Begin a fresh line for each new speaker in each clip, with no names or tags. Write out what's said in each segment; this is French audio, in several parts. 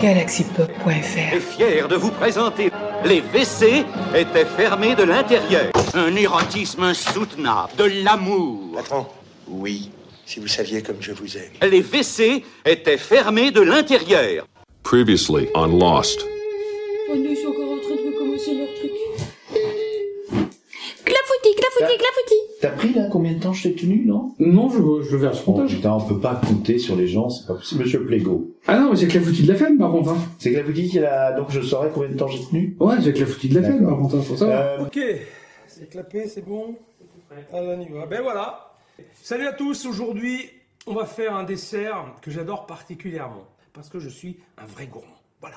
galaxypop.fr
est fier de vous présenter. Les WC étaient fermés de l'intérieur. Un érotisme insoutenable, de l'amour.
Patron Oui. Si vous saviez comme je vous aime.
Les WC étaient fermés de l'intérieur.
Previously on Lost.
Oh non, ils sont encore en train de recommencer leur truc.
Clafoutis, clafoutis, clafoutis
T'as pris là combien de temps je t'ai tenu, non
Non, je, veux- je veux faire ce
Oh
comptage.
putain, on peut pas compter sur les gens, c'est pas possible. Monsieur Plégo.
Ah non, mais c'est que la foutue de la femme, par contre. hein.
C'est que là vous dites qu'il a. Donc je saurais combien de temps j'ai tenu
Ouais, c'est que la foutue de la femme, par
D'accord.
contre, hein, faut savoir.
Euh,
Ok, c'est clapé, c'est bon. Allez, on y va. Ben voilà. Salut à tous. Aujourd'hui, on va faire un dessert que j'adore particulièrement parce que je suis un vrai gourmand. Voilà.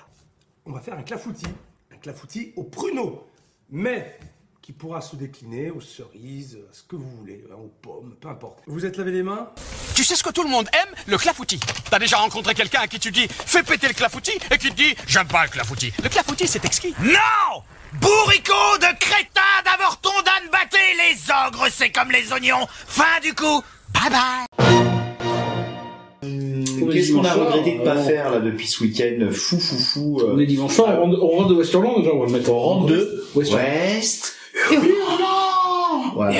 On va faire un clafoutis, un clafoutis au pruneau, mais qui pourra se décliner aux cerises, à ce que vous voulez, hein, aux pommes, peu importe. Vous êtes lavé les mains
Tu sais ce que tout le monde aime Le clafoutis. T'as déjà rencontré quelqu'un à qui tu dis fais péter le clafoutis et qui te dit j'aime pas le clafoutis. Le clafoutis c'est exquis. Non Bourricot de crétin d'avorton d'âne batté Les ogres c'est comme les oignons. Fin du coup Bye bye
Mmh, Qu'est-ce qu'on a
dimanche soir,
regretté de pas
euh,
faire là depuis ce week-end Fou, fou, fou. euh,
On est dimanche soir, on rentre- on rentre de Westerland, déjà, on va le mettre
On rentre de
Westerland.
West. Hurlant Voilà.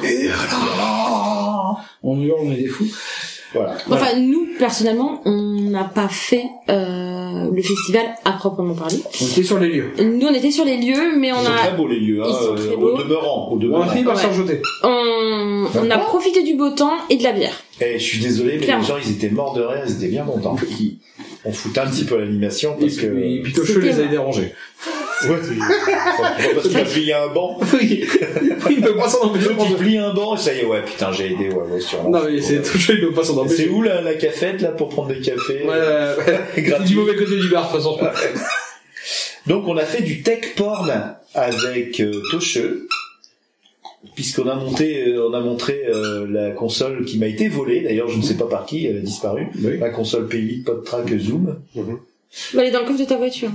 c'est bien, c'est bien.
On hurle, on est des fous.
Voilà.
Enfin, nous, personnellement, on n'a pas fait euh, le festival à proprement parler.
On était sur les lieux.
Nous, on était sur les lieux, mais on
Ils sont très
a,
beaux les lieux, hein,
Ils sont
euh,
très
au
beaux.
demeurant. Au
On a
demeurant.
fini par
Ouais.
s'en jeter.
on, on a profité du beau temps et de la bière.
Eh, je suis désolé, mais
Clairement.
les gens, ils étaient morts de rire, ils étaient bien contents. Ils- On foutait un petit peu l'animation
Et
parce que.
puis, Pitocheux
C'était-
les avait dérangés.
Ouais, c'est- Enfin, parce que t'as plié un banc.
Oui, il peut pas s'en empêcher.
Tu plies un banc et ça y est, ouais, putain, j'ai aidé, ouais, ouais, sûrement.
Non, mais c'est touché, il peut pas s'en
C'est
empêcher.
où la, la cafette là pour prendre des cafés
Ouais, ouais, ouais. C'est
Gratuit.
du mauvais côté du bar, de toute façon.
Donc on a fait du tech porn avec euh, Tocheux, puisqu'on a monté, euh, on a montré euh, la console qui m'a été volée. D'ailleurs, je ne sais pas par qui, elle a disparu.
Oui.
La console P8 PodTrack Zoom.
Bah, elle est dans le coffre de ta voiture.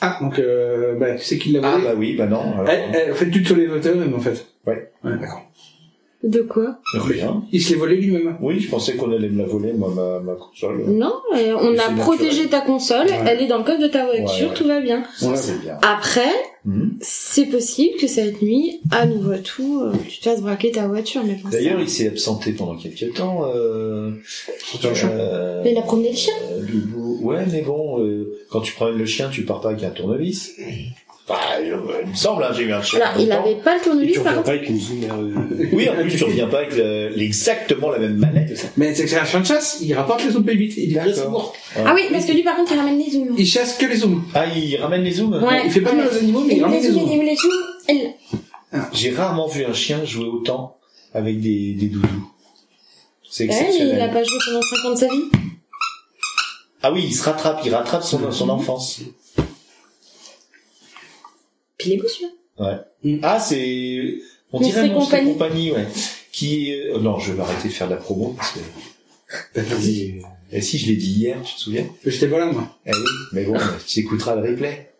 Ah, donc, euh, bah, tu sais qui l'a
Ah
volé
bah oui, bah non. alors,
Eh, eh, En fait, tu te les votes eux-mêmes, en fait.
Ouais.
Ouais, d'accord.
De quoi
euh, rien.
Il se les volait lui-même.
Oui, je pensais qu'on allait me la voler, moi, ma, ma console.
Non, euh, on
Mais
a
c'est
protégé
naturel.
ta console,
Ouais.
elle est dans le coffre de ta voiture,
Ouais, ouais.
tout va bien.
Ça, c'est bien.
Après,
Mhm.
c'est possible que cette nuit, à nouveau tout, euh, tu te fasses braquer ta voiture, mais bon, ça-
D'ailleurs, il s'est absenté pendant quelques temps. Euh... euh,
Mais il a promené le chien.
euh, Loulou. Ouais, mais bon, euh, quand tu promènes le chien, tu pars pas avec un tournevis. Bah, je- il me semble, hein, j'ai eu un chien.
Alors, il
longtemps.
avait pas le tournevis, par contre.
avec une zoom
Oui, en plus, tu reviens pas avec le- exactement la même manette.
Mais c'est que c'est un chien de chasse, il rapporte les zooms P8, il est
D'accord.
réciproque.
Ah oui, parce que lui, par contre, il ramène les zooms.
Il chasse que les zooms.
Ah, il ramène les zooms
Ouais.
Il fait pas de mal aux animaux, mais il
Il
ramène
les
les
zooms,
zooms.
il les zooms, elle.
J'ai rarement vu un chien jouer autant avec des, des doudous. C'est
Ouais, mais Eh, il
exceptionnel.
a pas joué pendant 5 ans de sa vie.
Ah oui, il se rattrape, il rattrape son, son enfance.
Puis il est beau, celui-là.
Ah, c'est. On
Monstre
dirait
et
Monstre et
compagnie.
compagnie, ouais. Qui. euh, Non, je vais m'arrêter de faire de la promo parce que. Et si je l'ai dit hier, tu te souviens
J'étais pas là, moi.
Eh oui, mais bon, tu écouteras le replay.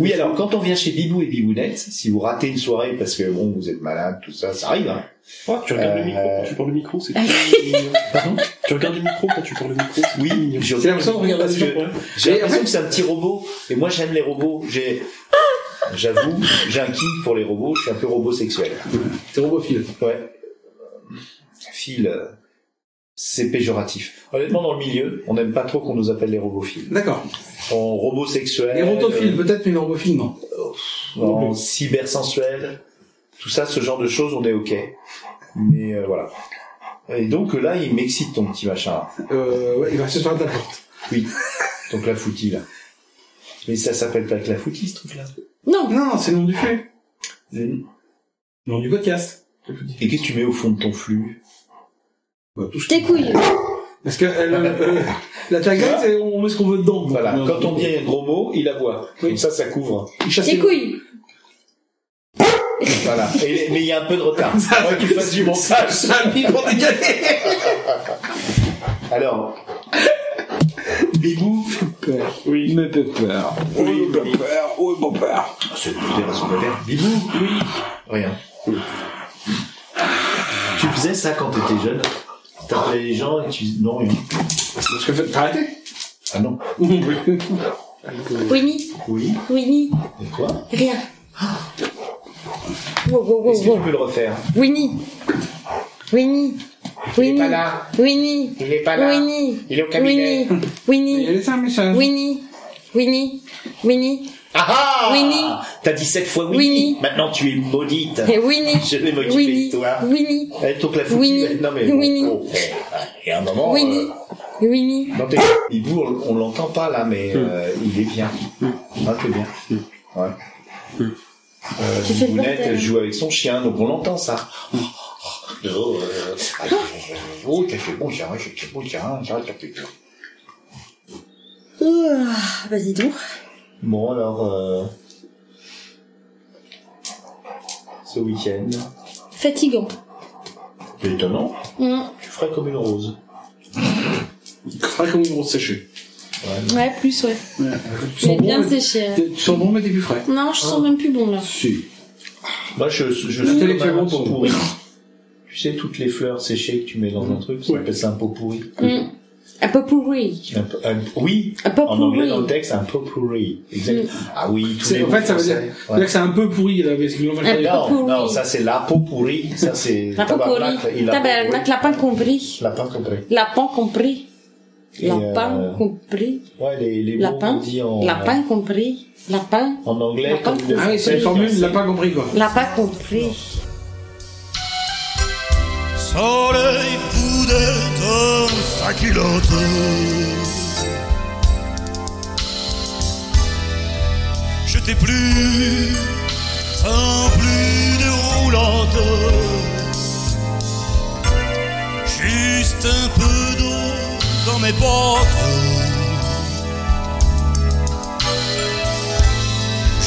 Oui, alors, quand on vient chez Bibou et Bibounette, si vous ratez une soirée parce que, bon, vous êtes malade, tout ça, ça arrive, hein.
Oh, tu regardes
Euh,
le micro quand tu parles le micro, c'est tout mignon.
Pardon
Tu regardes le micro quand tu parles le micro, c'est
Oui,
tout mignon.
je-
C'est l'impression de regarder
parce
les gens,
que
ouais.
J'ai
Et
l'impression
en fait-
que c'est un petit robot, et moi j'aime les robots. J'ai, j'avoue, j'ai un kick pour les robots. Je suis un peu robot sexuel.
C'est robophile.
Ouais. Phil, euh, c'est péjoratif. Honnêtement, dans le milieu, on n'aime pas trop qu'on nous appelle les robophiles.
D'accord.
En robot sexuel,
Les rotophiles, peut-être, mais les robophiles, non.
euh, en cybersensuel, tout ça, ce genre de choses, on est ok. Mais euh, voilà. Et donc euh, là, il m'excite ton petit machin.
Euh, ouais, il va se faire de la porte.
Oui. Donc la foutie là. Mais ça s'appelle pas que la foutie ce truc là.
Non,
Non, c'est le nom du flux. Mm. Le nom du podcast.
Et qu'est-ce que tu mets au fond de ton flux
Bah, tout ce
tes
qui-
couilles.
Parce que euh, le- euh, la tagline, c'est on met ce qu'on veut dedans. Donc,
Voilà,
euh,
quand on dit un gros mot, il aboie.
Oui.
Comme ça, ça couvre.
il chasse
Tes
les
couilles.
Voilà. Et- mais il y a un peu de retard.
Ça,
Faudrait que tu fasses du montage.
Ça a mis Ah, pour décaler.
Alors. Bibou.
Il me fait peur.
Oui, oui.
Oh, bon peur.
C'est tout à son galère. Bibou. Oui. Rien. Tu faisais ça quand t'étais jeune T'appelais les gens et tu. Non, oui.
Parce que t'as arrêté
Ah non.
Winnie,
Oui.
Winnie,
Et quoi
rien. Wow, wow, wow,
Est-ce que
wow.
tu peux le refaire
Winnie, Winnie, Winnie,
pas là.
Winnie,
Il est pas là.
Winnie,
Il est au cabinet.
Winnie,
Il y a laissé un message.
Winnie, Winnie, Winnie,
Ah ah
Winnie.
T'as dit sept fois Winnie.
Winnie.
Maintenant tu es maudite.
et Winnie,
Je vais m'occuper
Winnie,
de toi.
Winnie,
Elle tourne la foutue.
Winnie.
Non mais. bon,
Winnie.
bon, bon. Et à un moment.
Winnie,
euh,
Winnie.
dans tes- Bibou, on, on l'entend pas là, mais euh, il est bien. Ah, t'es bien. Ouais. Euh,
Tu fais le
Bibounette,
bordel.
elle joue avec son chien, donc on l'entend ça. Oh, euh, allez, oh, t'as fait bon, tiens, t'as fait bon, hein, tiens, tiens, t'as fait bon.
Ah, Vas-y donc.
Bon, alors, euh, ce week-end,
Fatigant.
c'est étonnant,
Mm.
tu ferais comme une rose.
Il fera comme une grosse séchée.
Ouais, plus ouais.
Tu
Mais
sens
bien
bon, mais-
séché. hein.
tu sens bon, mais t'es plus frais.
Non, je
Ah.
sens même plus bon là.
Si.
Moi, je, je, je
La
suis
télé
comme
fait
un
bon
pot
pour
pourri. Tu sais, toutes les fleurs séchées que tu mets dans un truc, ça
Ouais.
s'appelle ça un pot pourri.
Mm. Un peu pourri.
Un po- un- oui,
Un peu
en anglais,
pourri.
dans le texte, un pot pourri. Exact.
Mm.
Ah oui, tous
C'est-
les
En
mots
fait, ça veut dire
français.
ça veut dire que c'est un peu pourri, là, parce que l'on va
Un
faire-
Non,
Potpourri.
non, ça c'est la pot pourri. Ça c'est
La pas pourri.
tabarnak. Il a
Tabarnak, l'a pas compris.
Lapin compris.
Lapin compris.
Et,
Lapin
euh,
compris.
Ouais, les, les mots
Lapin.
qu'on dit en, euh,
Lapin compris. Lapin.
en anglais.
Lapin.
comme le
Ah oui, c'est une
français,
formule, il l'a pas compris, quoi.
L'a pas compris.
Soleil poudre dans sa culotte. Je t'ai plus, sans plus de roulante. Juste un peu d'eau dans mes bottes.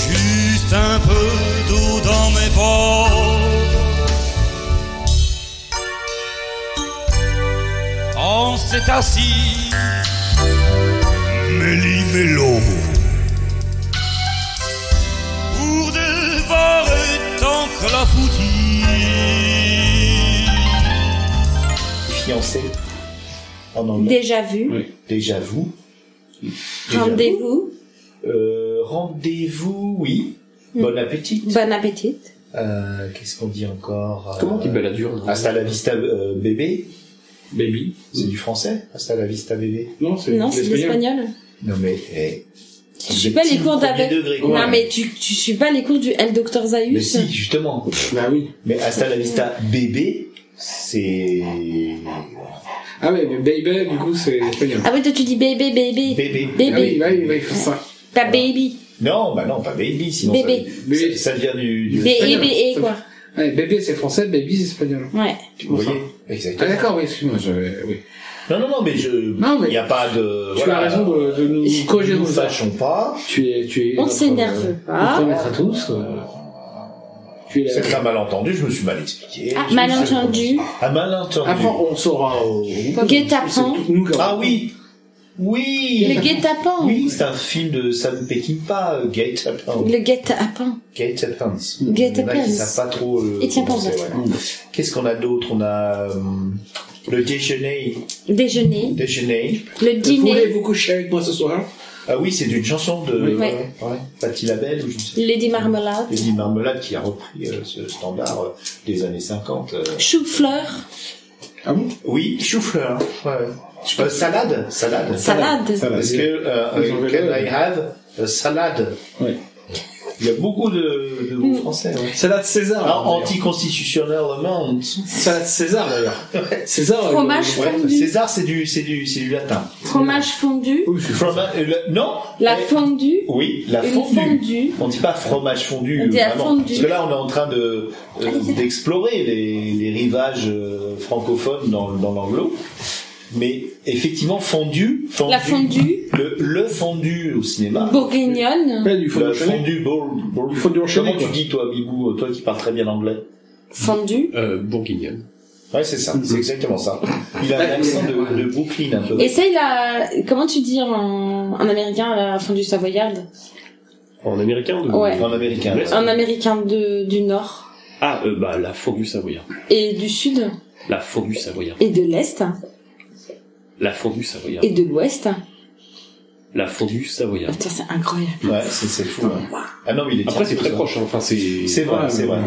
Juste un peu d'eau dans mes bottes. On s'est assis. Méli-mélo. Pour dévorer tant que la foutue.
Fiancé. En anglais.
Déjà vu.
Déjà vous. Déjà vous.
Rendez-vous.
Euh, Rendez-vous, oui.
Mm.
Bon appétit.
Bon appétit.
Euh, Qu'est-ce qu'on dit encore
Comment
Euh,
tu belle la dure non
Hasta la vista euh, bébé.
Ah, Baby.
C'est du français. Hasta la vista bébé.
Non, c'est
Non, c'est l'espagnol.
Non mais. eh,
Tu suis pas les cours
premier
d'avec.
degré, quoi.
Non, mais tu, tu suis pas les cours du L. Dr. Zayus.
Mais si, justement.
Bah oui.
Mais hasta la vista bébé, c'est
Ah ouais, mais baby, du coup, c'est espagnol.
Ah oui, toi tu dis bébé, bébé.
bébé.
Ah oui,
Bébé.
bah oui, bah, il faut ça.
Pas baby.
Non, bah non, pas baby, sinon
Bébé.
ça-
Bébé.
Ça, ça vient du. du
Bébé,
espagnol.
bébé, quoi.
Ouais, baby, c'est français, baby, c'est espagnol.
Ouais.
Tu
Vous
comprends
voyez
Ah
Exactement.
d'accord, oui, excuse-moi, j'avais... Oui.
Non, non, non, mais je.
Non, mais-
Il n'y a pas de.
Tu as raison de, de Euh, nous corriger
Ne
nos
nous
fâches.
fâchons pas.
Tu es... Tu es
On
notre,
s'énerve
euh,
pas.
Notre maître à tous. euh, tu es
C'est
la...
un malentendu, je me suis mal expliqué.
Ah,
je me suis-
malentendu.
Un malentendu.
Après, on saura au...
Guet-apens.
C'est tout nous qui avons-
Ah oui Oui
Le guet-apens.
Oui, c'est un film de Sam Peckinpah, euh, Gate Up
Le guet-apens.
Gate Up Hans.
Gate
Il y en a
Up
qui
Hans.
savent pas trop. euh,
Et tiens,
comment
pense
c'est,
à toi.
ouais. Qu'est-ce qu'on a d'autre On a euh, le déjeuner.
Déjeuner.
Déjeuner.
Le
Vous voulez
dîner.
vous coucher avec moi ce soir
Ah oui, c'est une chanson de
Oui. Ouais.
ouais, Patti LaBelle ou je ne sais
Lady Marmelade.
Lady Marmelade qui a repris euh, ce standard euh, des années 50. euh.
Chou-fleur.
Ah bon
Oui, chou-fleur. Ouais. Euh, salade, salade.
Salade.
Parce que euh,
Ils ont
euh,
fait
Can
le-
I have a salade
Ouais.
Il y a beaucoup de, de
Mm.
mots français. Ouais.
Salade César.
Alors,
Ah, d'ailleurs.
anticonstitutionnellement,
Salade César, d'ailleurs. César... euh,
Fromage
le-
ouais,
fondu.
César c'est du, c'est du, c'est du latin.
Fromage fondu.
Oui, c'est
From- euh, le- non
La
mais-
fondue.
Oui, la
Une
fondue.
fondue.
On dit pas fromage fondu,
On dit la
vraiment.
fondue. Ah,
Parce que là, on est en train de euh, d'explorer les, les rivages euh, francophones dans, dans l'anglo. Mais effectivement, fondu, fondu.
La fondue.
Le, le fondu au cinéma.
Bourguignonne.
Ouais, du fond
la
de chenet.
fondue, bourg- bourg-
Il faut du enchaîner,
Comment tu
quoi.
dis, toi, Bibou, toi qui parles très bien anglais
Fondue.
Euh, bourguignonne.
Ouais, c'est
Mhm.
ça, c'est exactement ça. Il a
Ouais,
l'accent
ouais.
de, de Brooklyn un peu.
Essaye la. Comment tu dis en, en américain la fondue savoyarde
En américain ou de...
Ouais.
En américain.
Ouais.
En américain de, du nord
Ah, euh, bah, la fondue savoyarde.
et du sud
La fondue savoyarde.
et de l'est
La fondue savoyarde.
et de l'ouest
La fondue savoyarde.
Putain, c'est incroyable.
Ouais, c'est c'est fou. hein. Ah non, mais il est
Après, c'est
tient,
très
ça.
proche, hein. enfin, c'est.
C'est vrai,
Ouais,
c'est vrai.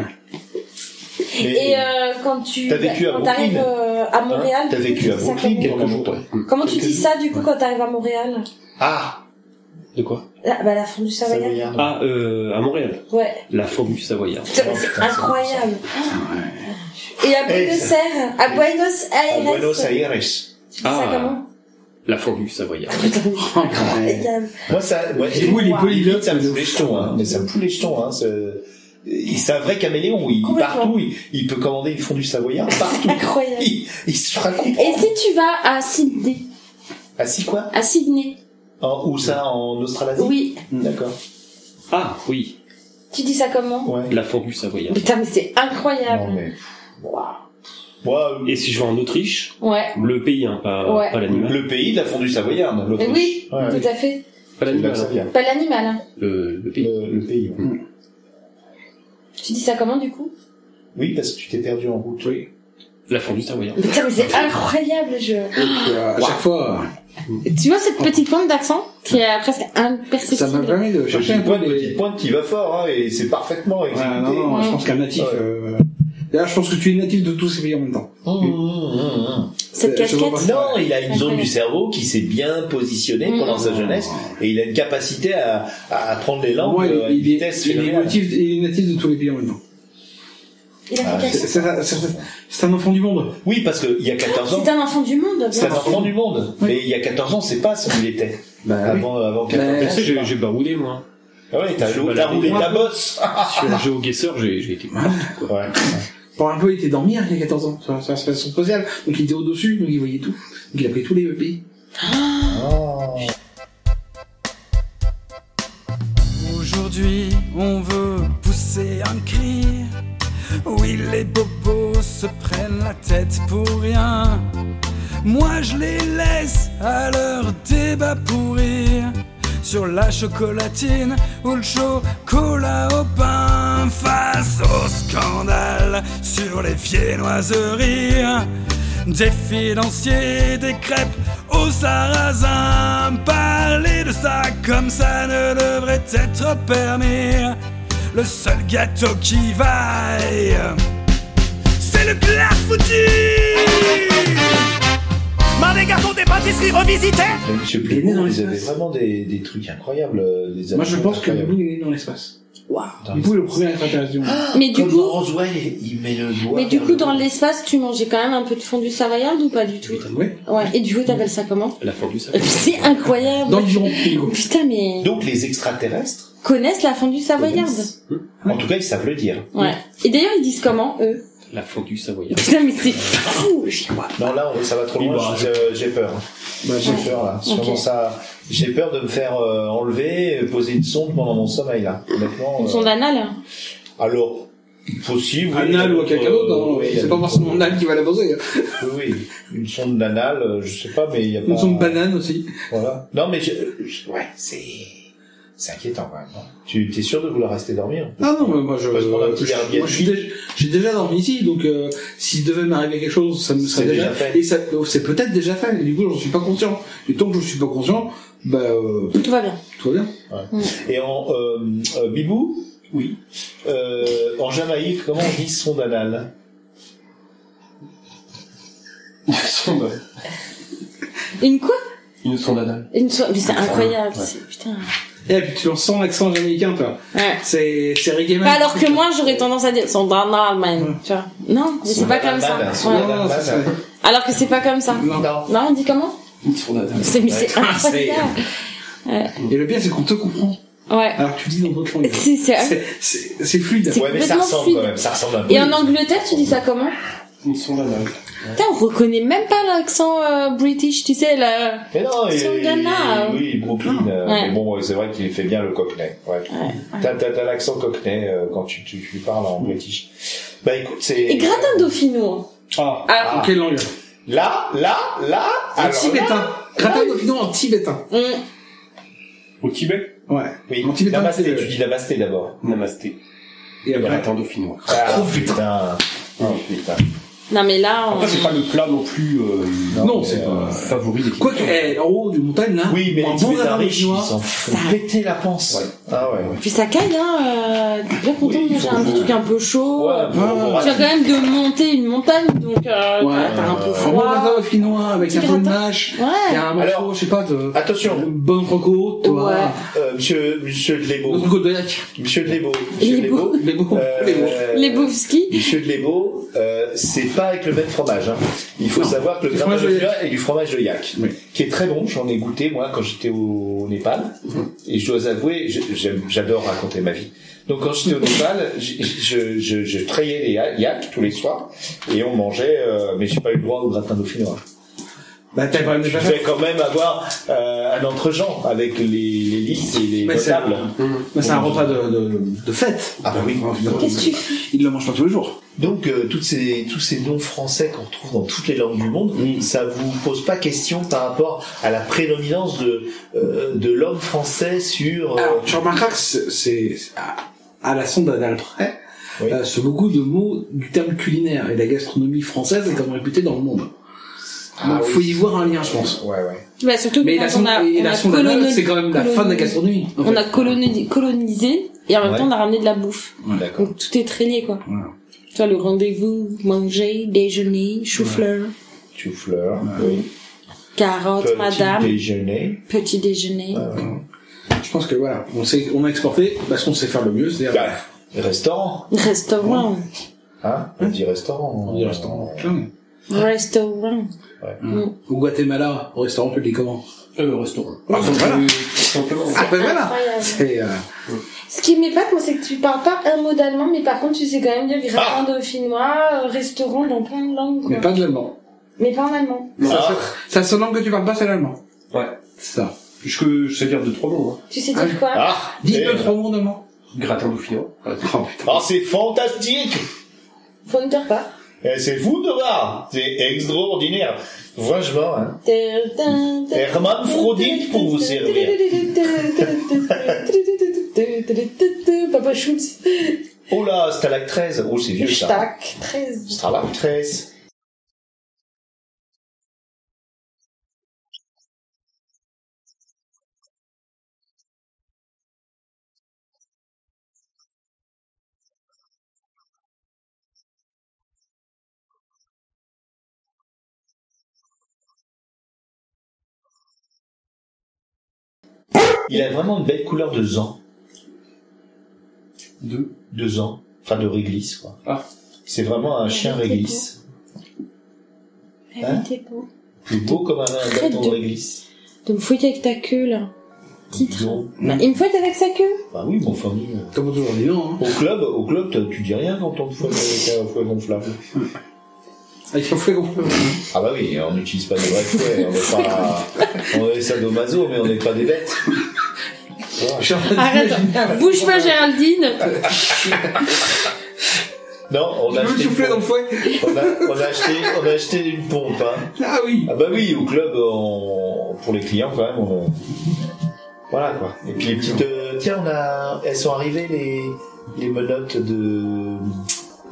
Mais-
Et euh, quand tu
T'as vécu à
quand
Brooklyn
t'arrives euh, à Montréal,
Hein T'as vécu à
ça
Brooklyn
comment
quelques jours, ouais.
Comment tu dis ça du coup
Ouais.
quand t'arrives à Montréal
Ah
De quoi
Là, bah la fondue savoyarde.
Ah, euh, à Montréal.
Ouais.
La fondue savoyarde.
Putain, mais c'est incroyable. Et à
Eh,
Buenos Aires, à Buenos Aires. Tu dis
Ah.
ça comment
la fondue savoyarde.
Incroyable.
Moi, ça, moi,
Et vous, les
Wow.
polyglottes,
ça me fout les jetons, hein. Mais ça me fout les jetons, hein. ce- il- C'est un vrai caméléon. Il, partout, il, il peut commander une fondue savoyarde partout.
Incroyable.
Il, il se fera comprendre.
Et si tu vas à Sydney,
Ah, si quoi
à Sydney,
En- Où ça En Australasie Hmm,
Oui.
D'accord.
Ah, oui.
tu dis ça comment
La fondue savoyarde.
Putain, mais c'est incroyable.
Et si je vais en Autriche
Ouais.
Le pays, hein, pas,
Ouais.
pas l'animal.
Le pays de la fondue savoyarde,
Mais
l'Autriche.
Eh oui,
Ouais,
tout
oui.
à fait.
Pas l'animal.
C'est là que ça
hein.
vient.
Pas l'animal. hein.
Le, le pays.
Le, le pays. ouais.
Tu dis ça comment du coup
Oui, parce que tu t'es perdu en route.
Oui.
La fondue savoyarde.
Putain, mais c'est incroyable. Je...
à chaque fois,
Tu vois cette petite pointe d'accent qui est presque
ça m'a
imperceptible
permis de
J'ai
chercher un
une
peu
pointe,
des...
petite pointe qui va fort, hein, et c'est parfaitement exécuté.
Ouais, non, non, je pense qu'un natif. euh, D'ailleurs, je pense que tu es natif de tous ces pays en même temps.
Mmh, mmh, mmh.
Cette
C'est- c'est bon,
casquette.
parce-
Non, il a une zone
Incroyable.
du cerveau qui s'est bien positionnée
Mmh.
pendant sa jeunesse et il a une capacité à, à apprendre les langues
Moi, il,
euh, à une
il est,
vitesse
il est
phénoménale.
natif, il est natif de tous les pays en même temps.
Il a
Ah,
fait
C'est-
casquette.
C'est un- c'est- c'est un enfant du monde.
Oui, parce qu'il y a 14 ans,
C'est un enfant du monde.
c'est
bien
un
sûr.
enfant du monde. Mais il y a 14 ans, c'est pas ce qu'il était. avant, avant 14
Bah,
ans.
Tu sais,
c'est
j'ai-
pas.
j'ai baroudé, moi.
Ah ouais, t'as
je
t'as
baladais.
roulé ta bosse.
Sur la géoguesseur, j'ai j'ai été.
Ouais.
Pour un peu, il était dormir il y a 14 ans. Ça, ça, ça, son social. Donc il était au-dessus, donc il voyait tout. Donc il a pris tous les pays.
Aujourd'hui, on veut pousser un cri. Oui, les bobos se prennent la tête pour rien. Moi, je les laisse à leur débat pourri. Sur la chocolatine ou le chocolat au pain, face au scandale sur les viennoiseries. Des financiers, des crêpes au sarrasin. Parler de ça comme ça ne devrait être permis. Le seul gâteau qui vaille, c'est le clafoutis.
Marre des gâteaux des pâtisseries revisitées
Mais Monsieur
Il est né dans
Plémon, ils
l'espace.
avaient vraiment des, des trucs incroyables. euh, Des
Moi, je pense que
incroyables.
Boubou est né dans l'espace.
Dans
Du coup, le premier extraterrestre du monde.
Mais du
Comme
coup,
dans Roswell, il met le doigt.
mais du
vers
coup,
le-
dans l'espace, tu mangeais quand même un peu de fondue savoyarde ou pas du tout
Ouais.
Ouais. Et du coup, t'appelles ça comment
La fondue
Et
savoyarde.
puis, C'est incroyable.
Dans le giron, il go.
Putain, mais
Donc les extraterrestres,
connaissent la fondue savoyarde.
connaissent. en tout cas, ils savent le dire.
Ah, bah, Ouais. Et d'ailleurs, ils disent comment eux
La fondue savoyarde.
Putain, mais c'est fou. j'y crois.
Non, là, on- ça va trop
Oui,
loin,
bah,
je- euh, j'ai peur. j'ai
Ouais.
peur, là. Sûrement
Ok.
ça. J'ai peur de me faire euh, enlever, euh, poser une sonde pendant mon sommeil, là. Honnêtement.
Ils
euh,
sont d'anal. hein.
Alors, possible. oui,
Anal ou à caca
euh,
d'autre,
oui,
hein.
il y a
c'est pas
d'autres-
forcément anal qui va hein. la poser.
Oui, oui. Une sonde d'anal, euh, je sais pas, mais il y a pas.
Une sonde banane aussi.
Voilà. Non, mais je... je- ouais, c'est. C'est inquiétant, quand même. non Tu es sûr de vouloir rester dormir
Ah non, mais moi je,
On peut se prendre un petit
je-
Airbnb.
moi, je suis déjà- j'ai déjà dormi ici, donc euh, s'il devait m'arriver quelque chose, ça me serait
C'est
déjà,
déjà fait.
et ça oh, c'est peut-être déjà fait. Et du coup, j'en suis pas conscient. Et tant que je suis pas conscient, bah euh,
Tout va bien.
tout va bien.
Et en euh, euh, Bibou
Oui.
Euh, en Jamaïque, comment on dit sonde anal
Une sonde.
Une quoi
Une sonde anale.
Une so- Mais c'est incroyable. c'est- Putain.
Et Eh, puis tu en sens l'accent jamaïcain, toi.
Ouais.
C'est c'est reggae. man.
Bah, Alors que moi, j'aurais tendance à dire son d'anal, man. Tu vois Non, mais c'est pas comme ça.
Anal, sonde
Ouais.
Non, non,
anal.
ça, ça-
Alors que c'est pas comme ça.
non.
Non, on dit comment
Une sonde anale.
C'est mais c'est incroyable.
Et le pire, c'est qu'on te comprend.
Ouais.
Alors que tu dis dans d'autres langues.
C'est- c'est-
C'est- C'est c'est fluide.
C'est-
Ouais, mais ça
complètement
ressemble
fluide.
quand même, ça ressemble un peu.
Et en Angleterre, tu dis ça comment
Une sonde anale.
Putain, on reconnaît même pas l'accent euh, british, tu sais, là.
Mais non, il,
Sonde anal.
il- oui, Brooklyn.
Ah.
euh,
Ouais.
Mais bon, c'est vrai qu'il fait bien le cockney. Ouais. T'as, t'as- t'as l'accent cockney euh, quand tu, tu, tu parles en british. Bah écoute, c'est.
Et gratin dauphinois.
Ah.
Ah,
Quelle langue
Là, là, là.
En
Alors, là,
tibétain. Gratin d'opinion en tibétain.
on-
Au Tibet
Ouais.
oui,
En tibétain,
namasté,
c'est le-
tu dis namasté d'abord.
Namasté.
Et
Et
après,
gratin dauphinois.
Oh,
Ah, putain. Oh putain.
Non, mais là, on...
Après, c'est pas le plat non plus. euh,
Non,
mais,
c'est
euh, favori des
Quoi que, eh, en haut du montagne là,
Oui, mais
en
les Tibétains
radar
riches,
chinois,
ils s'en font péter la panse. Ah ouais, ouais.
Puis ça caille, hein. euh, T'es bien content de manger un petit truc un peu chaud.
Ah,
euh,
bon, bon,
tu as
rapide.
quand même de monter une montagne, donc euh,
Ouais,
t'as t'as un peu
un bon
froid.
gratin dauphinois avec
Petit
un peu de
gratin.
mâche,
Ouais.
et un morceau, je sais pas, de.
Attention.
Bonne croco, toi.
Ouais.
Euh, monsieur, monsieur de Lebo.
Bonne croco de lac.
Monsieur de Lebo. Monsieur de Lebo.
Les beaux.
Euh,
Les beaux.
Les boufskis.
Monsieur de Lebo, euh, c'est pas avec le même fromage. hein. Il faut savoir que le
Du
fromage
fromage
de
de
Lila est du fromage de yak,
Oui.
qui est très bon. J'en ai goûté moi quand j'étais au Népal,
Mhm.
et je dois avouer, je- j'aime- j'adore raconter ma vie. Donc quand j'étais au Népal, j- je, je, je trayais les ya- yaks tous les soirs et on mangeait, euh, mais j'ai pas eu le droit au gratin dauphinois.
Bah, t'as quand même
Je
déjà
vais
fait.
quand même avoir euh, un entrejambe avec les, les lisses et les
Mais c'est-
notables.
Mais c'est un repas de, de, de fête.
Ah bah oui.
Qu'est-ce que tu fais
Il ne le mange pas tous les jours.
Donc euh, toutes ces, tous ces noms français qu'on retrouve dans toutes les langues du monde,
Mm.
ça vous pose pas question par rapport à la prédominance de, euh, de l'homme français sur... euh,
Alors, tu remarqueras que c'est- c'est à, à la sonde d'Adal près,
Oui.
euh, sur beaucoup de mots du terme culinaire et la gastronomie française est comme réputée dans le monde. Donc,
Ah oui.
faut y voir un lien, je pense.
Ouais, ouais.
Bah, surtout que
Mais
quand
la
on
sonde,
a,
et
on
la
a
sonde d'Adal,
colonisé,
c'est quand même la fin de la gastronomie. en
on
fait.
a colonisé, colonisé et en même
Ouais.
temps on a ramené de la bouffe.
D'accord.
Donc tout est traîné quoi.
Voilà.
Tu vois le rendez-vous, manger, déjeuner, chou-fleur,
Tu fleurs,
Ah
oui.
carottes,
Petit
madame,
déjeuner.
petit déjeuner.
Je pense que voilà, on, sait, on a exporté parce qu'on sait faire le mieux, c'est-à-dire.
Bah, restaurant.
Restaurant.
Hein On dit restaurant.
On dit restaurant. Hum.
Restaurant.
Au Guatemala, au restaurant public comment
Euh, restaurant.
Ah, ben voilà.
Simplement.
Ah, ben voilà.
Incroyable.
C'est, euh,
Ce qui m'épate, moi, c'est que tu parles pas un mot d'allemand, mais par contre, tu sais quand même dire gratin
Ah.
dauphinois, euh, restaurant dans plein de langues, quoi.
Mais pas de l'allemand.
Mais pas en allemand.
Ça,
Ah.
ça, ça, langue que tu parles pas, c'est l'allemand.
Ouais.
C'est ça.
Je, je sais dire deux, trois mots. Hein.
Tu sais
Ah
dire
oui.
quoi
Ah, eh,
Dis-le trois mots d'allemand.
euh, Gratin dauphinois. Ah, c'est-
Oh,
ah, c'est fantastique
Faut ne dire pas.
Eh, C'est fou de voir C'est extraordinaire Franchement, hein. Hermann Frodit pour vous servir.
Papa Schultz.
Oh là, Stalag 13 Oh, c'est vieux ça.
Stack 13.
Stalag 13 Il a vraiment une belle couleur de zan. De De zan. Enfin, de réglisse, quoi.
Ah.
C'est vraiment un chien réglisse.
Eh
Hein
T'es beau.
Plus beau comme un un
Très
bâton de
doux.
réglisse.
De me fouiller avec ta queue, là. Titre.
Non.
Bah, il me fouette avec sa queue.
Bah oui, mon famille.
Comme toujours, on dit non. Hein.
Au club, au club, t'as- tu dis rien quand on te fouette avec un fouet gonflable.
Avec un fouet gonflable.
Ah bah oui, on n'utilise pas de vrais fouets, on n'est pas... On est sadomaso, mais on n'est pas des bêtes.
Je suis en train de t'imaginer un
Arrête. Bouge pas,
fouet.
Géraldine.
Ah, Non, on a
Je veux
acheté... une
souffler dans le
pompe.
fouet.
On a, on a acheté, on a acheté une pompe, hein.
Ah oui.
Ah bah oui, au club, on- pour les clients quand même. on- Voilà quoi. Et puis les petites. euh, Tiens, on a. Elles sont arrivées les les menottes de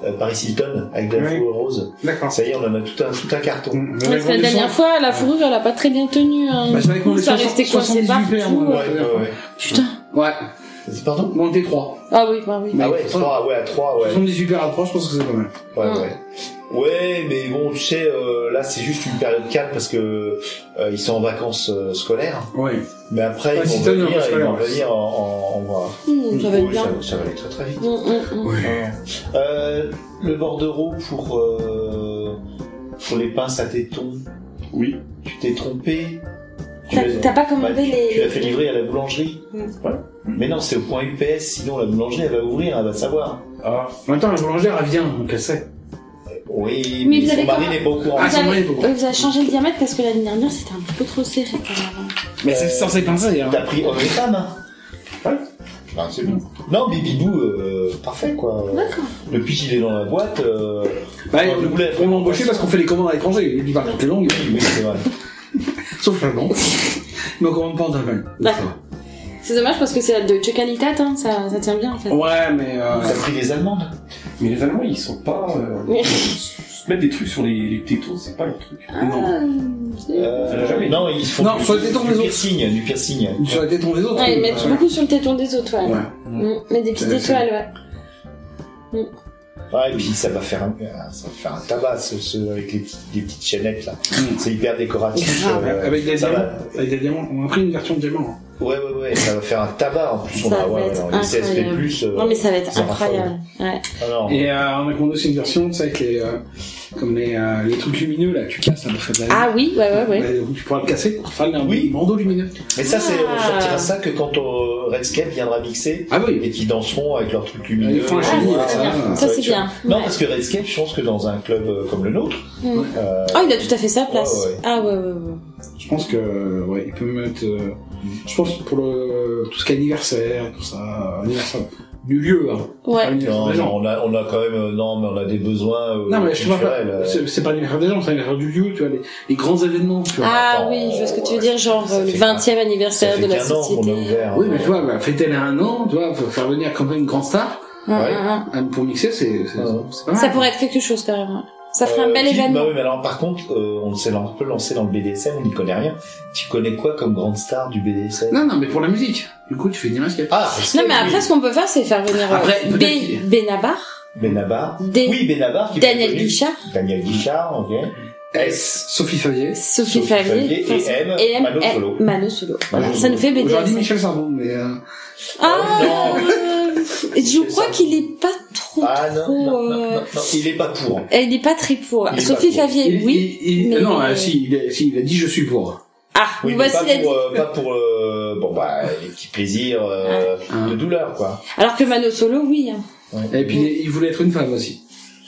euh, Paris Hilton avec de la
Ouais.
fourrure rose.
D'accord.
Ça y est, on en a tout un tout un carton.
Mm,
Ouais, parce que la dernière fois, la fourrure, elle a pas très bien tenu. Hein.
Bah, c'est vrai qu'on est
ça restait coincé
78
partout.
paires, moi.
Ouais,
euh.
ouais, ouais.
Putain.
Ouais.
Pardon.
Bon, t'es trois.
Ah oui, bah oui.
Ah ouais, trois, ouais, à trois, ouais.
78 paires à trois, je pense que c'est pas mal.
Ouais,
Mm.
ouais. Ouais, mais bon, tu sais, euh, là, c'est juste une période calme parce que euh, ils sont en vacances euh, scolaires.
Ouais.
Mais après,
Ouais,
ils vont
Hilton,
venir,
vacances
ils vont
scolaires.
venir en, en, en-
Mmh, ça va être
Oui,
bien.
ça, ça va aller très très vite.
Mmh, mmh, mmh.
Euh, le bordereau pour, euh, pour les pinces à tétons,
Oui.
tu t'es trompé Tu
T'as-
as-
T'as pas commandé
bah, tu-
les.
Tu l'as fait livrer à la boulangerie
Mm.
Ouais. Mais non, c'est au point UPS, sinon la boulangerie elle va ouvrir, elle va savoir.
Ah.
En même temps, la boulangère, elle vient, donc elle sait.
Oui,
Mais
mais,
vous
son
avez
mari
quand-
n'est pas au courant.
Ah,
vous,
c'est vrai,
avez...
pourquoi
euh, vous avez changé le diamètre parce que l'année dernière c'était un petit peu trop serré quand même. hein.
Mais c'est censé pincer,
Ah.
hein.
T'as pris homme et femme hein Ouais. Ben, c'est bon. Non, Bibidou, euh, parfait quoi.
D'accord.
Depuis qu'il est dans la boîte, euh,
Bah,
on voulait-
on l'a embauché parce qu'on fait les commandes à l'étranger. Il parle toutes les langues.
oui, c'est vrai.
Sauf l'allemand. Mais on commande pas en allemand.
D'accord. C'est dommage parce que c'est la de Chocalitat, hein, ça, ça
Oh,
tient bien en fait.
Ouais, mais euh,
T'as pris des Allemandes
Mais les Allemands, ils sont pas. euh,
Oui.
se mettre des trucs sur les, les tétons, c'est pas leur truc.
Ah.
Euh,
Jamais.
Non, ils font
Non,
du,
sur les tétons
du
des autres.
piercing, du piercing.
Sur les tétons des autres.
Ouais, ils
oui.
mettent beaucoup sur le téton des autres, ouais.
Ouais.
Mm, Mais des petites
Ouais, c'est-
étoiles, ouais. Mm.
Ouais, et puis ça va faire un, un- ça va faire un tabac ce, ce- avec les, petites- les petites chaînettes là. C'est hyper décoratif. euh,
Grave. Avec des
ça va-
diamants. Avec des diamants. On a pris une version de diamant. hein.
Ouais, ouais, ouais, ça va faire un tabac en plus. On
Ça
a,
va
ouais,
être
alors, les CSP+,
incroyable.
euh, Ah
Non, mais ça va être
ils ont un
incroyable. Ouais.
Et euh, on a commandé aussi une version, tu sais, avec les, euh, comme les, euh, les trucs lumineux là, tu casses, ça me fait de la-
Ah oui, ouais, ouais, ouais.
Bah, donc tu pourras le casser pour faire un bandeau lumineux.
Mais ça, c'est, on
Ah.
sortira ça que quand euh, Redscape viendra mixer et qu'ils danseront avec leurs trucs
Ils
lumineux.
font un
et
génie
voilà,
avec ça.
va
Ça,
être
Ah, c'est
chouette.
bien.
Non,
Ouais.
parce que Redscape, je pense que dans un club euh, comme le nôtre,
Mm.
euh,
Oh, il a tout à fait sa place.
ouais, ouais.
Ah ouais, ouais, ouais.
Je pense que euh, ouais, il peut mettre. euh, je pense pour le tout ce qui est anniversaire, tout ça, euh, anniversaire du lieu. Hein, Pas l'anniversaire
Non,
des
non,
gens.
on a, on a quand même, euh, non, mais on a des besoins euh,
Non, mais je te parle
culturels.
pas.
euh,
C'est c'est pas l'anniversaire des gens, c'est l'anniversaire du lieu, tu vois, les, les grands événements. Tu vois.
Ah oui, je vois ce que tu veux dire, genre euh, le 20 e anniversaire de la société.
Oui,
euh,
mais tu vois, bah, fêter un an, tu vois, faire venir comme une grande star.
Ouais. Ouais.
euh, Pour mixer, c'est c'est- c'est pas mal.
Mm, Ça pourrait être quelque chose quand même. ouais. Ça ferait un
Euh,
bel
Philippe,
événement.
bah oui, mais alors par contre, euh, on s'est un peu lancé dans le BDSM, on n'y connaît rien. Tu connais quoi comme grande star du BDSM
Non, non, mais pour la musique. Du coup, tu fais des masques.
Ah,
Non, mais après, ce qu'on peut faire, c'est faire venir euh,
Après, peut-être
Ben-
qu'il-
Benabar,
Benabar.
Des-
Oui, Benabar. Qui est
Daniel
connu.
Guichard.
Daniel Guichard, ok. S.
Eh, Sophie Favier.
Sophie, Favier,
et M.
et M-
Mano
M-
Solo.
Mano Solo.
Mano
Ça
Solo.
nous fait BDSM.
Aujourd'hui, Michel Sardon, mais. euh,
Ah, euh, je crois qu'il est pas trop,
Ah non,
trop,
non,
euh,
non, non, non, il est pas pour.
Elle n'est pas très pour.
Il est
Sophie
pas pour.
Favier,
Il-
Eh oui.
il-
mais-
Non, euh, si, il, est- si, il a dit je suis pour.
Ah,
Oui, mais
voici
pas
la
pour, euh, pas pour euh, bon bah les petits plaisirs euh,
Ah,
de douleur quoi.
Alors que Mano Solo, oui. hein.
Et puis, il voulait être une femme aussi.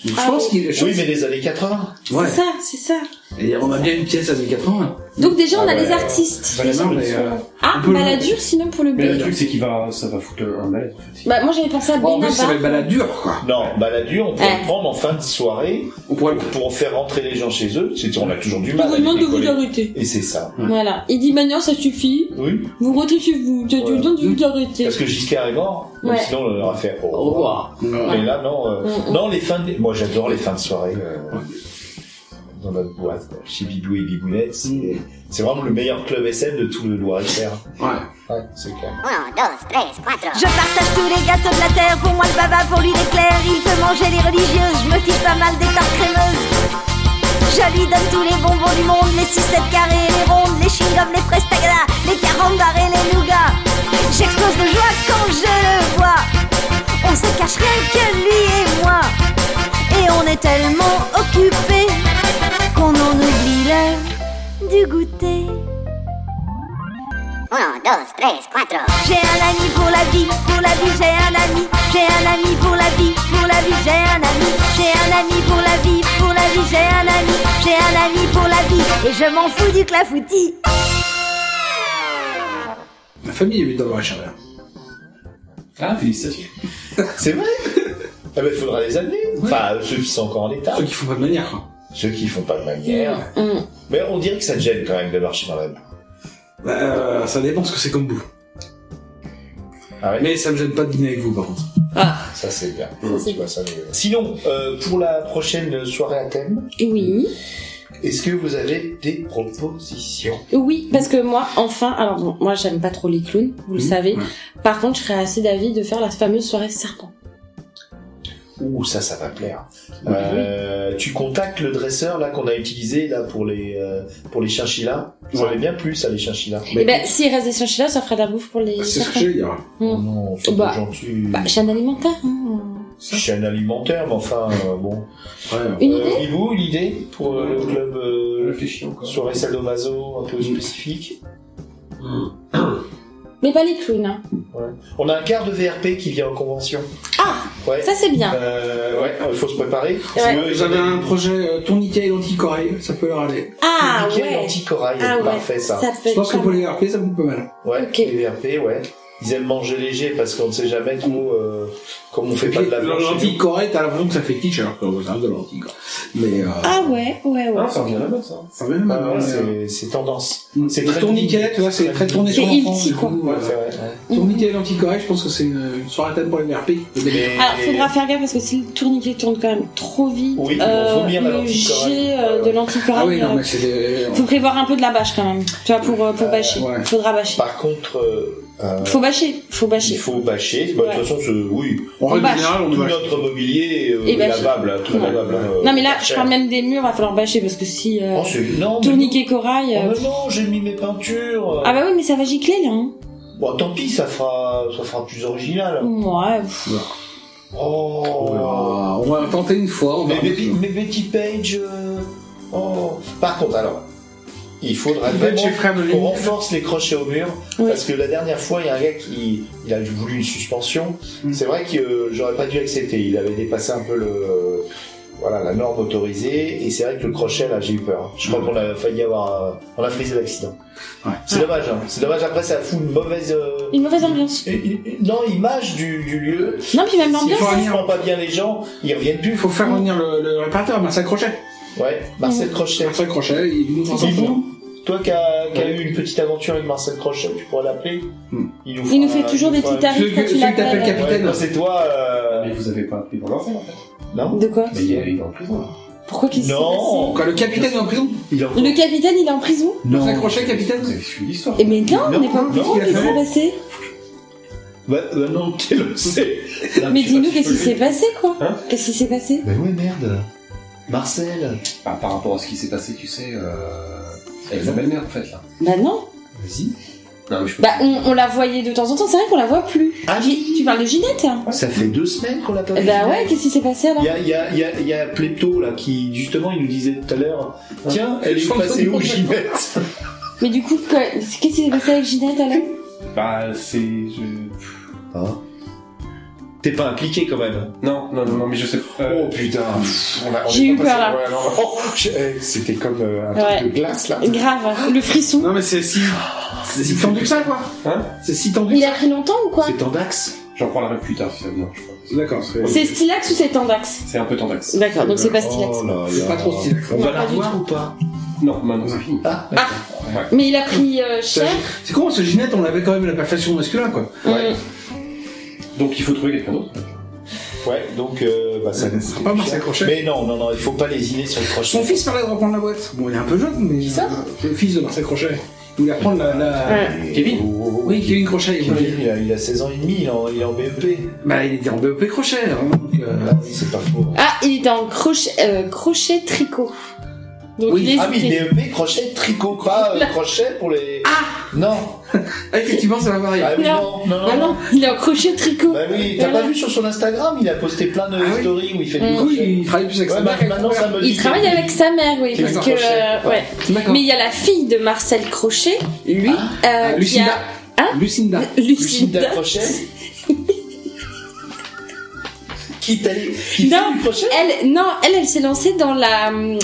Donc,
Ah
je pense
oui.
qu'il. je
Oui,
pense-
mais des années 80.
Ouais.
C'est ça, c'est ça.
Et on a bien une pièce années 80.
Donc déjà, on
Ah
a
ouais.
les artistes.
Bah, non, mais, euh,
Ah,
on peut le-
Balladur, sinon pour le
Mais le
B.
truc, c'est qu'il va, ça va foutre un malaise. en fait.
Bah, moi, j'avais pensé à Benabar.
baladure, quoi.
Non, baladure, on peut
Ouais.
le prendre en fin de soirée pour faire rentrer les gens chez eux. C'est- On a toujours du mal.
Je vous
à les
demande de vous
décoller.
arrêter.
Et c'est ça.
Voilà. Il dit maintenant, ça suffit.
Oui.
Vous rentrez chez vous. Je vous demande de vous arrêter. Euh,
Parce que Giscard est mort, donc
Ouais. Oh,
sinon on aurait fait oh, au revoir.
Ouais.
Mais là, non. euh,
Mm, mm.
Non, les fins de... Moi, j'adore les fins de soirée euh, dans notre boîte, quoi. chez Bibou et Bibounette. C'est c'est vraiment le meilleur club SM de tout le Loir-et-Cher. Ouais. c'est clair.
Je partage tous les gâteaux de la terre, pour moi le baba, pour lui l'éclair, il peut manger les religieuses, je me fiche pas mal des tartes crémeuses. Je lui donne tous les bonbons du monde, les sucettes carrées, les rondes, les chewing-gums, les prestagras, les carambars et les nougats. J'explose de joie quand je le vois, on se cache rien que lui et moi. Et on est tellement occupés qu'on en oublie l'heure du goûter. J'ai un ami pour la vie, pour la vie j'ai un ami. J'ai un ami pour la vie, pour la vie j'ai un ami. J'ai un ami pour la vie, pour la vie j'ai un ami. J'ai un ami pour la vie et je m'en fous du clafoutis.
Ma famille est venue dans le Loir-et-Cher.
Ah, félicitations. c'est vrai Ah ben, faudra les amener. Enfin, ceux qui sont encore en état. Ceux qui Mm.
font pas de manière.
Ceux qui font pas de manière.
euh.
Mais on dirait que ça te gêne quand même de marcher dans la boue.
Bah, euh, ça dépend ce que c'est comme bout. Mais ça me gêne pas de dîner avec vous, par contre.
Ah Ça, c'est bien. Tu vois, ça, mais- Sinon, euh, pour la prochaine soirée à thème,
Oui.
est-ce que vous avez des propositions
Oui, parce que moi, enfin, alors bon, moi, j'aime pas trop les clowns, vous le savez. Par contre, je serais assez d'avis de faire la fameuse soirée serpent.
Ouh, ça, ça va plaire. Euh, tu contactes le dresseur là qu'on a utilisé là pour les euh, pour les chinchillas. Vous avez bien plus ça les chinchillas.
Et ben, s'il reste des chinchillas, ça fera de la bouffe pour
Ah,
les.
c'est ce que
serpents.
j'allais dire.
Mm.
Oh Non, c'est
Bah,
pas gentil.
Bah, chaîne alimentaire, hein.
Chaîne alimentaire, mais enfin euh, bon.
Une
Euh,
idée
Bibou, une idée pour euh, le club euh, soirée sadomaso un
Mm.
peu spécifique.
Mais pas les clowns, hein.
Ouais. On a un quart de VRP qui vient en convention.
Ah
ouais.
Ça, c'est
Bah,
bien.
Euh, ouais, il faut se préparer.
Si vous avez un projet euh, tourniquet et anti-corail, ça peut leur aller.
Ah
Tourniquet et anti-corail,
Ah ouais,
parfait ça.
ça peut Je pense être que pas pour les mal. VRP, ça coupe pas mal.
Ouais, les VRP, ouais. Ils aiment manger léger parce qu'on ne sait jamais trop euh, Comme on fait pas de la
La lentille corée, t'as l'impression que ça fait quiche alors que ça reste de la lentille corée. Mais. euh,
Ah ouais, ouais, ouais.
là-bas, ça. Ah, euh,
Ça revient là-bas, ouais.
c'est- C'est tendance.
C'est très euh, tourniquet, tu vois, c'est très tourné sur
C'est
l'enfant.
Ilti,
du coup,
quoi.
voilà. Tourniquet et l'anticorrect, je pense que c'est euh, une, une soirée à thème pour les MRP.
Alors, Ah, faudra faire gaffe parce que si le tourniquet tourne quand même trop vite,
Oui, ils vont
euh,
vomir la
le
lentille correcte.
jet euh, de l'anticorrect.
Ah oui, non,
euh,
mais c'est des.
Faut prévoir un peu de la bâche quand même, tu vois, pour, euh, pour bâcher. Faudra bâcher.
Par contre, euh, euh,
Faut bâcher, faut bâcher.
il faut bâcher. Bah, De toute façon, c'est- oui.
On règle bâche. générale, on
tout
bâche.
notre mobilier euh,
Et
est
bâche.
lavable, hein, très
Ouais.
lavable. hein,
Non mais là,
euh,
je parle même des murs, va falloir bâcher parce que si euh,
Oh, c'est- non, mais
tourniquet corail. euh,
Oh, mais non, j'ai mis mes peintures.
Ah bah oui, mais ça va gicler là. Hein.
Bon, tant pis, ça fera, ça fera plus original.
Ouais. pff.
Oh.
On va tenter une fois. On
mais, Betty, mais Betty Page. euh, Oh. Par contre, alors, il faudra
Betty Page
vraiment
et Fred
qu'on renforce les crochets au mur. Parce que la dernière fois, il y a un gars qui il a voulu une suspension. C'est vrai que euh, j'aurais pas dû accepter. Il avait dépassé un peu le. Voilà, la norme autorisée, et c'est vrai que le crochet, là, j'ai eu peur. Je crois qu'on a failli avoir. euh, on a frisé l'accident. C'est dommage, hein. C'est dommage, après, ça fout une mauvaise. euh,
Une mauvaise ambiance.
non, image du, du lieu.
Non, puis même
S'ils
l'ambiance. hein.
font pas bien les gens, ils reviennent plus.
Faut faire revenir le, le réparateur, Marcel Crochet.
Ouais, Marcel Crochet.
Marcel Crochet, il est venu nous en
Bibou,
sortir.
Toi qui as qui as
Ouais.
eu une petite aventure avec Marcel Crochet, tu pourras l'appeler. Il
Il nous fait toujours des petits tarifs Celui quand que- tu celui que t'appelles l'appelles. capitaine.
Ouais, quand c'est toi. euh, Mais vous avez pas appelé dans l'enfer Non
De quoi
Mais il est en prison.
Pourquoi qu'il s'est
Non
passé
Quand le capitaine est en prison
Il est en
Le capitaine, il est en prison.
Marcel Crochet, capitaine Vous avez
suivi l'histoire
Et Eh mais non, on
Non,
n'est pas au
non,
courant
il a
qu'est-ce qui
fait-
s'est
Ah,
passé.
Bah, bah non, tu le sais.
Mais dis-nous qu'est-ce qui s'est passé quoi
Hein
Qu'est-ce qui s'est passé
Ben ouais, merde. Marcel.
Bah, par rapport à ce qui s'est passé, tu sais, euh, avec la belle-mère, en fait, là.
Bah non.
Vas-y. Non, mais je peux
Bah on, on la voyait de temps en temps. C'est vrai qu'on la voit plus. Gi- tu parles de Ginette là
Ça fait deux semaines qu'on l'a pas vu.
Ah, Bah ouais, qu'est-ce qui s'est passé alors
Il y a, il y a, il y a, il y a Plepto, là, qui, justement, il nous disait tout à l'heure Tiens, elle est passée où, Ginette
Mais du coup, que- qu'est-ce qui s'est passé avec Ginette alors
Bah, c'est. Je...
T'es pas impliqué quand même
Non, non, non, non, mais je sais pas.
Oh putain on a- on
J'ai
est
eu
pas
peur,
passé-
là.
ouais, non, non. J'ai- C'était comme euh, un
Ouais.
truc de glace là.
Grave, hein. le frisson.
Non, mais c'est si. C'est si tendu que ça, quoi.
Hein
C'est si tendu.
Il a pris longtemps ou quoi
C'est Tendax J'en parlerai plus tard si ça vous dérange pas.
D'accord,
C'est Stylax ou c'est Tandax
C'est un peu Tendax.
D'accord, donc c'est
Ah,
pas Stylax.
Oh
C'est pas trop Stylax.
On
Non,
va
pas
la
du
revoir ou pas Non, maintenant c'est fini.
Ah,
Mais il a pris euh, cher.
C'est con, ce Ginette, on l'avait quand même à la perfection masculin, quoi.
Ouais.
Donc il faut trouver quelqu'un d'autre.
Ouais, donc euh, bah, ça
sera pas Marcel Crochet.
Mais non, non, non, il faut pas lésiner sur le crochet.
Son fils parlait de reprendre la boîte. Bon, il est un peu jeune, mais. C'est le fils de Marcel Crochet. Il voulait reprendre la. la- Kevin Oui, Kevin Crochet. il voulait-
Kevin, il, a, il a 16 ans et demi, il est en, il est en BEP.
Bah, il était en BEP Crochet, hein, donc. euh,
Ah oui, c'est pas faux.
Ah, il était en crochet, euh, crochet tricot. Donc il
ah oui,
hésitait.
BEP, crochet, tricot, pas euh, crochet pour les. Ah Non
Ah, effectivement, ça va varier.
Ah oui, non,
Non,
non, non.
bah non, il est en crochet tricot.
Bah oui, t'as
Voilà.
pas vu sur son Instagram, il a posté plein
Ah
de stories où il fait
Mm.
du crochet.
Il travaille plus avec
Ouais,
sa
bah,
mère.
maintenant, ça me dit
Il
que-
travaille avec sa mère, oui,
Qui est
parce
en
que
crochet.
euh, ouais.
D'accord.
Mais il y a la fille de Marcel Crochet, lui,
Ah.
euh, qui
Lucinda.
a Hein
Lucinda.
Lucinda.
Ah, Lucinda Crochet. Qui t'a qui fait
Non,
du crochet
elle, non, elle, elle s'est lancée dans la, euh,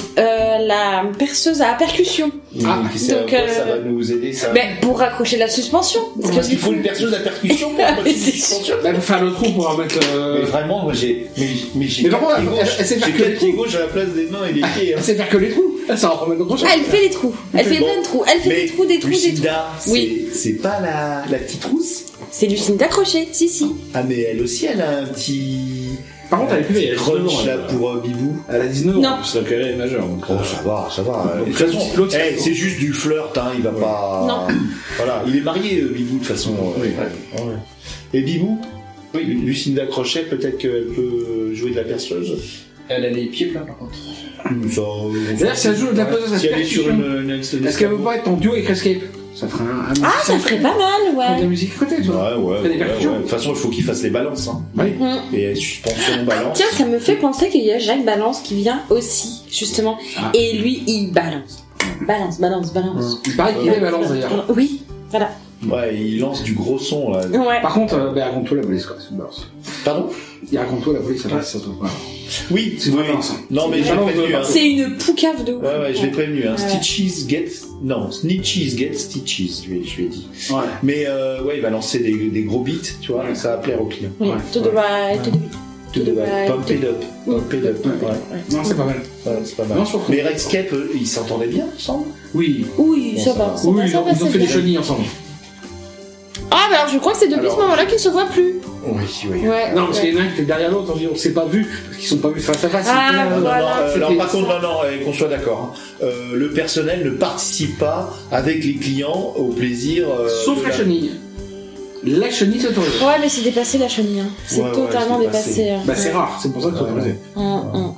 la perceuse à percussion.
Ah, qui sait à
donc,
quoi
euh,
ça va nous aider ça.
Ben, pour raccrocher la suspension. Parce
Parce
que Ah,
qu'il
du
faut
coup,
une perceuse à percussion pour raccrocher une suspension.
Bah, pour faire le trou, pour mettre. euh,
Mais vraiment, moi j'ai. Mais, mais j'ai.
Mais par contre,
quatre pieds
elle-
gauches.
elle sait faire
J'ai
que
quatre
les
pieds gauche à la place des mains et des pieds. hein.
Elle sait faire que les trous. Elle, ça va remettre le crochet.
Ah, elle fait les trous. Elle fait
Bon.
plein de trous. Elle fait
Mais
des trous, des trous, des trous.
Lucinda, c'est-
Oui.
c'est pas la, la petite rousse.
C'est Lucinda Crochet, si, si.
Ah, mais elle aussi, elle a un petit.
Par contre, elle est plus vieille, elle a 19 ans,
Crunch là
elle.
pour euh, Bibou.
Elle a 19 ans.
Non.
C'est vrai qu'elle est majeure. donc, euh,
Oh, ça va, ça va.
Donc,
De toute façon,
l'autre,
eh,
c'est-
c'est juste du flirt, hein, il va pas.
Non.
Voilà, il est marié, euh, Bibou, de toute façon. euh, ouais. Et Bibou Lu- Lucinda Crochet, peut-être qu'elle peut jouer de la perceuse.
Elle a les pieds plats par contre.
Hmm,
Ça, euh,
D'ailleurs, si elle joue de la perceuse à
Si elle est sur une,
percussion,
une, une-
Est-ce qu'elle veut pas être en duo avec Rescape Ça ferait un. un-
Ah, ça ferait pas mal,
de la
ouais.
musique à côté, tu
Ouais,
vois.
ouais, ouais,
Fais des
ouais,
percussions.
ouais. De toute façon, il faut qu'il fasse les balances. Hein.
Mhm.
Et suspension balance.
Tiens, ça me fait penser qu'il y a Jacques Balance qui vient aussi, justement.
Ah.
Et lui, il balance. Balance, balance, balance.
Il paraît qu'il est Mm. balance d'ailleurs.
Oui, Voilà.
Ouais, il lance du gros son là.
Ouais.
Par contre, euh, ben, raconte-toi la police, quoi. c'est une balance.
Pardon
Il raconte-toi la police, ça passe, ça trouve pas.
Oui,
c'est une balance.
Non, mais j'ai prévenu. hein.
C'est une poucave de ouf.
Ouais, ouais, je l'ai prévenu. Hein.
Ouais.
Stitches get. Non, Snitches get Stitches, je lui ai, je lui ai dit. Mais euh, ouais, il va lancer des, des gros beats, tu vois, ça va plaire au client.
Oui, tout de bail, tout de
Tout de balle.
Ouais.
Pump it up. Pump it up. Ouais.
Non, c'est pas mal.
Ouais, c'est pas mal.
Non, je trouve que-
mais Redscape, euh, ils s'entendaient bien ensemble
Oui.
Oui,
Bon,
ça
ça
va.
va.
ça
Oui,
va,
ils
ça
ont,
va,
ils ont
c'est
fait des
bien.
chenilles ensemble.
Ah, mais alors je crois que c'est depuis
Alors-
ce moment-là qu'ils se voient plus.
Oui, oui.
Ouais.
Non, parce qu'il y en a un qui était derrière l'autre, on dit, on s'est pas vu, parce qu'ils sont pas vus face à face.
Ah,
C'était, euh,
Non, non, euh,
c'était-
alors par contre, non, non, euh, qu'on soit d'accord, hein. Euh, le personnel ne participe pas avec les clients au plaisir. euh,
Sauf
de
la chenille. La chenille s'autorise.
Ouais, mais c'est dépassé la chenille. hein. C'est
Ouais, ouais,
totalement
c'est
dépassé.
dépassé.
hein.
Bah, c'est
Ouais.
rare, c'est pour ça que c'est
Ouais.
autorisé.
Hum, hum.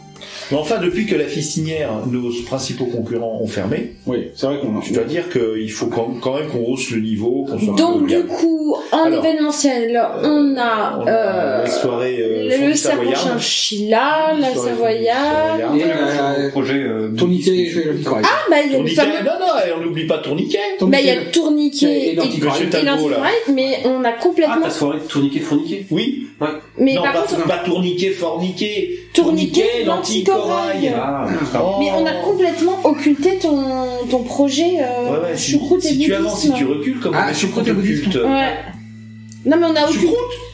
Mais enfin, depuis que la fistinière, nos principaux concurrents ont fermé,
Oui, c'est vrai qu'on a.
je dois dire qu'il faut quand quand même qu'on hausse le niveau, qu'on soit un peu
Donc du
gamme.
coup, en
Alors, euh,
événementiel, on a,
Oh,
On a
euh,
la soirée euh,
le, le
fondue
serpent
savoyarde.
chinchilla, la
Soirée
savoyarde.
savoyarde.
Et euh,
Projet. euh,
tourniquet, je vais le dire.
Ah bah il y a le
Tourniquet.
fameux-
Non, non, et on n'oublie pas Tourniquet.
bah, il y a
Tourniquet.
le tourniquet
Et
et
l'anticorps.
Monsieur Talbot,
et l'anticorps, mais on a
Ah,
complètement.
ta soirée tourniquet fourniquet
Oui.
Ouais.
mais
Ah, non,
par
pas,
contre,
pas Tourniquet, Forniquet.
Tourniquet, l'anticorail.
l'anticorail.
Ah,
Oh.
mais on a complètement occulté ton ton projet euh,
Ouais, ouais, si,
choucroute et
si tu
bouddhisme.
avances, si tu recules, comme
Ah,
on est
choucroute
choucroute
et bouddhisme.
occulte.
Ouais. Non mais on a occulté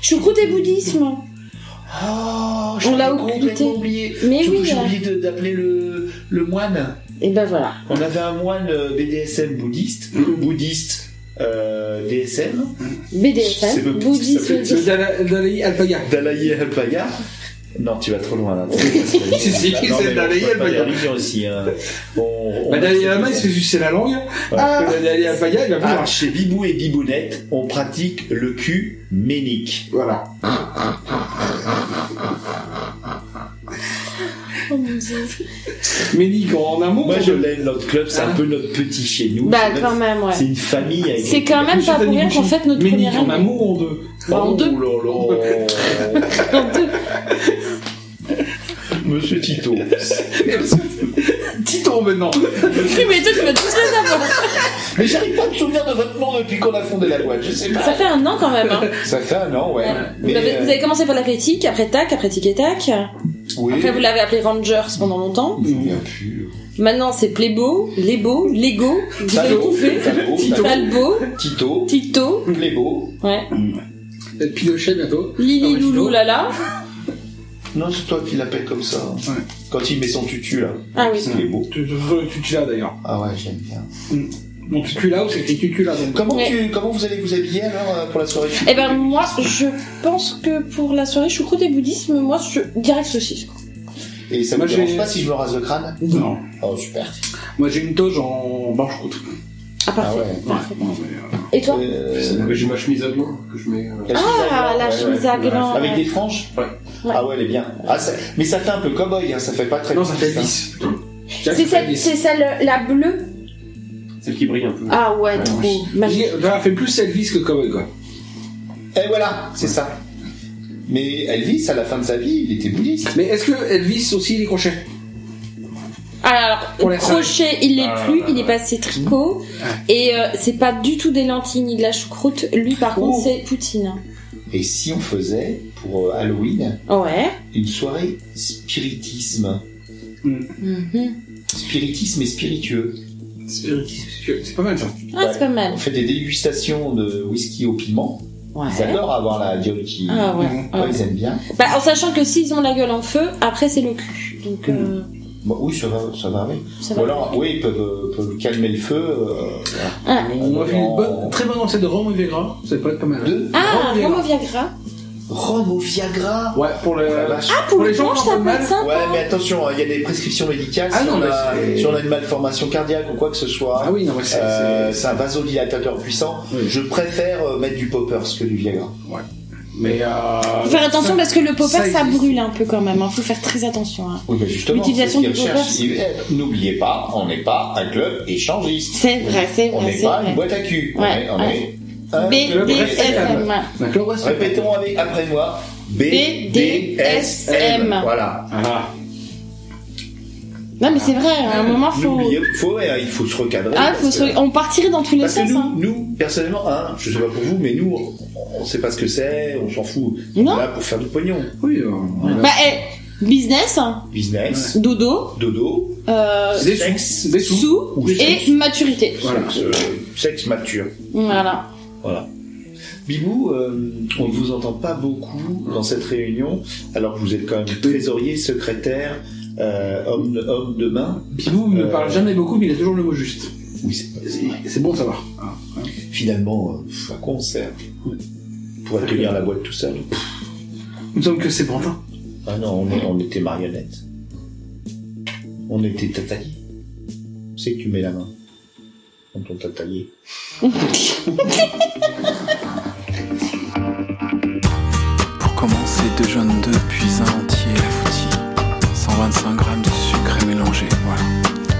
choucroute et bouddhisme.
Oh,
On l'a
j'avais complètement
occulté.
oublié.
Mais
Surtout
oui, hein.
que j'ai
ouais.
oublié de- d'appeler le, le moine.
Et ben voilà.
On avait un moine euh, BDSM bouddhiste,
Mm.
bouddhiste euh, DSM, C'est
BDSM,
le petit qui
bouddhisme.
s'appelle-
Le Dala- Dalaï Alpaga.
Dalaï Alpaga. Non, tu vas trop loin là.
Si, si, c'est Dalaï Alpaga.
aussi. hein. On, on-
Bah, Dalaï Lama, il se fait sucer la langue. Ah. Dalaï Alpaga, il va
Ah,
pouvoir.
chez Bibou et Bibounette, on pratique le cul ménique.
Voilà.
Oh mon Dieu.
Ménic en amour.
Moi, je l'aime, notre club, c'est
Ah.
un peu notre petit chez nous.
Bah,
C'est
quand
notre-
même, ouais.
C'est une famille avec
C'est quand même
Monsieur
pas pour rien
Taniguchi.
qu'en fait notre
Ménic
première
en
année.
amour en deux.
Bah, en
Oh
deux.
là là.
En deux.
Monsieur Tito.
Titon maintenant.
Oui, mais toi, tu vas tous les avoir.
Mais j'arrive pas à me souvenir de votre nom depuis qu'on a fondé la boîte, je sais pas.
Ça fait un an quand même. Hein.
Ça fait un an, ouais. euh,
Vous, avez, vous avez commencé par la Pétique, après Tac, après Tic et Tac.
oui.
Après, vous l'avez appelé Rangers pendant longtemps.
Je me souviens plus.
Maintenant, c'est Plébo, Lébo, Lego. Vous avez
Talbot,
tout fait.
Talbot,
Talbot,
Tito,
Tito,
Plébo.
ouais.
Mm.
Pinochet bientôt.
Lili,
Après, Tito.
Loulou, Lala.
Non, c'est toi qui l'appelles comme ça. hein.
Ouais.
Quand il met son tutu, là.
Ah oui.
Plébo.
Tu tu- tu- tu l'as d'ailleurs.
Ah ouais, j'aime bien.
Mon tutu là ou c'est écrit tutu là donc.
Comment,
Ouais.
tu, comment vous allez vous habiller alors euh, pour la soirée
Eh ben, moi, je pense que pour la soirée choucroute et bouddhisme, moi, je direct saucisse. quoi.
Et ça me
Moi, j'ai-
dérange pas si je me rase le crâne
Non.
Oh, super.
Moi j'ai une toge en banche route.
Ah, parfait.
ouais.
parfait.
Ouais, mais, euh,
Et toi
Euh,
Mais j'ai ma chemise à blanc que je mets. euh,
la chemise
Ah,
à gland,
la
ouais,
chemise
ouais.
à gland.
Avec des franges
Ouais.
Ah ouais, elle est bien. Ah, ça- Mais ça fait un peu cow-boy, hein, ça fait pas très
Non, ça fait
hein.
10.
C'est celle, c'est celle, la bleue
Celle qui brille un peu.
Ah ouais, trop. Magique.
Ça fait plus Elvis que Cowboy quoi.
Et voilà, c'est ça. Mais Elvis, à la fin de sa vie, il était bouddhiste.
Mais est-ce que Elvis aussi il est crochet
Ah, Alors,
Pour
le
les
crochet, il l'est
Ah,
plus,
là,
il est
là.
passé tricot. Et euh, c'est pas du tout des lentilles ni de la choucroute. Lui, par
Oh.
contre, c'est Poutine.
Et si on faisait, pour euh, Halloween,
Ouais.
une soirée spiritisme
Mhm.
Spiritisme et spiritueux.
C'est pas mal ça.
Ah,
Ouais.
c'est pas mal.
On fait des dégustations de whisky au piment.
Ouais.
Ils adorent avoir la gueule qui...
Ah ouais.
Ouais,
ouais.
ils aiment bien.
Bah, en sachant que s'ils ont la gueule en feu, après, c'est le cul. Donc, euh,
Mm.
Bah, oui, ça va, ça va, oui.
ça
Ou
va.
alors, oui, ils peuvent, euh, peuvent calmer le feu. euh,
Ah.
On a fait une
dans-
bonne, très bonne recette de Rome et Viagra. Ça peut être pas mal.
De
Ah,
Rome et
Romo Viagra.
Rome au Viagra
Ouais, pour le.
La vache.
Ah, pour,
Pour
le
les gens
blanche,
qui ont
ça peut
mal,
être sympa.
Ouais, mais attention, hein, il y a des prescriptions médicales.
Ah
si,
non,
on
mais
a,
c'est-
si on a une malformation cardiaque ou quoi que ce soit,
Ah oui, non, mais c'est.
euh,
c'est-
c'est un vasodilatateur puissant.
Oui.
Je préfère euh, mettre du poppers que du Viagra.
Mais. Euh,
Faut faire attention parce que le popper,
ça
ça,
existe.
brûle un peu quand même. hein. Faut faire très attention. hein.
Oui, mais justement,
L'utilisation
c'est ce
du
qu'ils recherchent.
poppers.
Ils- eh, N'oubliez pas, on n'est pas un club échangiste.
C'est vrai, c'est
On
vrai,
n'est
c'est
pas une
vrai.
boîte à cul. On
Ouais,
est- on
ouais.
est un club
BDSM.
Donc là, on va se-
Répétons avec, après moi. B-
BDSM.
Voilà.
Ah.
Non, mais c'est vrai, à un moment, faut.
N'oubliez- faut- ouais, il faut se recadrer.
Ah,
parce
faut se-
que-
on partirait dans tous les
parce que
sens,
Bah, nous,
hein.
nous, personnellement, hein, je sais pas pour vous, mais nous, on, on sait pas ce que c'est, on s'en fout. On est là pour faire du pognon. Oui.
euh,
Bah, eh, business, hein,
Business,
dodo,
dodo,
euh,
des sexes, des sous, ou
et
sexe.
maturité.
Voilà, euh, sexe mature.
Voilà.
Voilà. Bibou, euh, on ne vous entend pas beaucoup dans cette réunion, alors que vous êtes quand même trésorier, secrétaire, euh, homme, de, homme de main.
Bibou
Euh.
ne parle jamais beaucoup, mais il a toujours le mot juste.
Oui, c'est
C'est bon Ah. à savoir.
Finalement, euh, pff, à quoi on sert Pour tenir la boîte tout seul Pff,
Nous ne sommes que ces pantins.
Ah non, on, est- on était marionnettes. On était tatali. C'est que tu mets la main quand on t'a taillé.
Pour commencer, deux jeunes deux, puis un entier fouti. 125 grammes de sucre mélangé, voilà.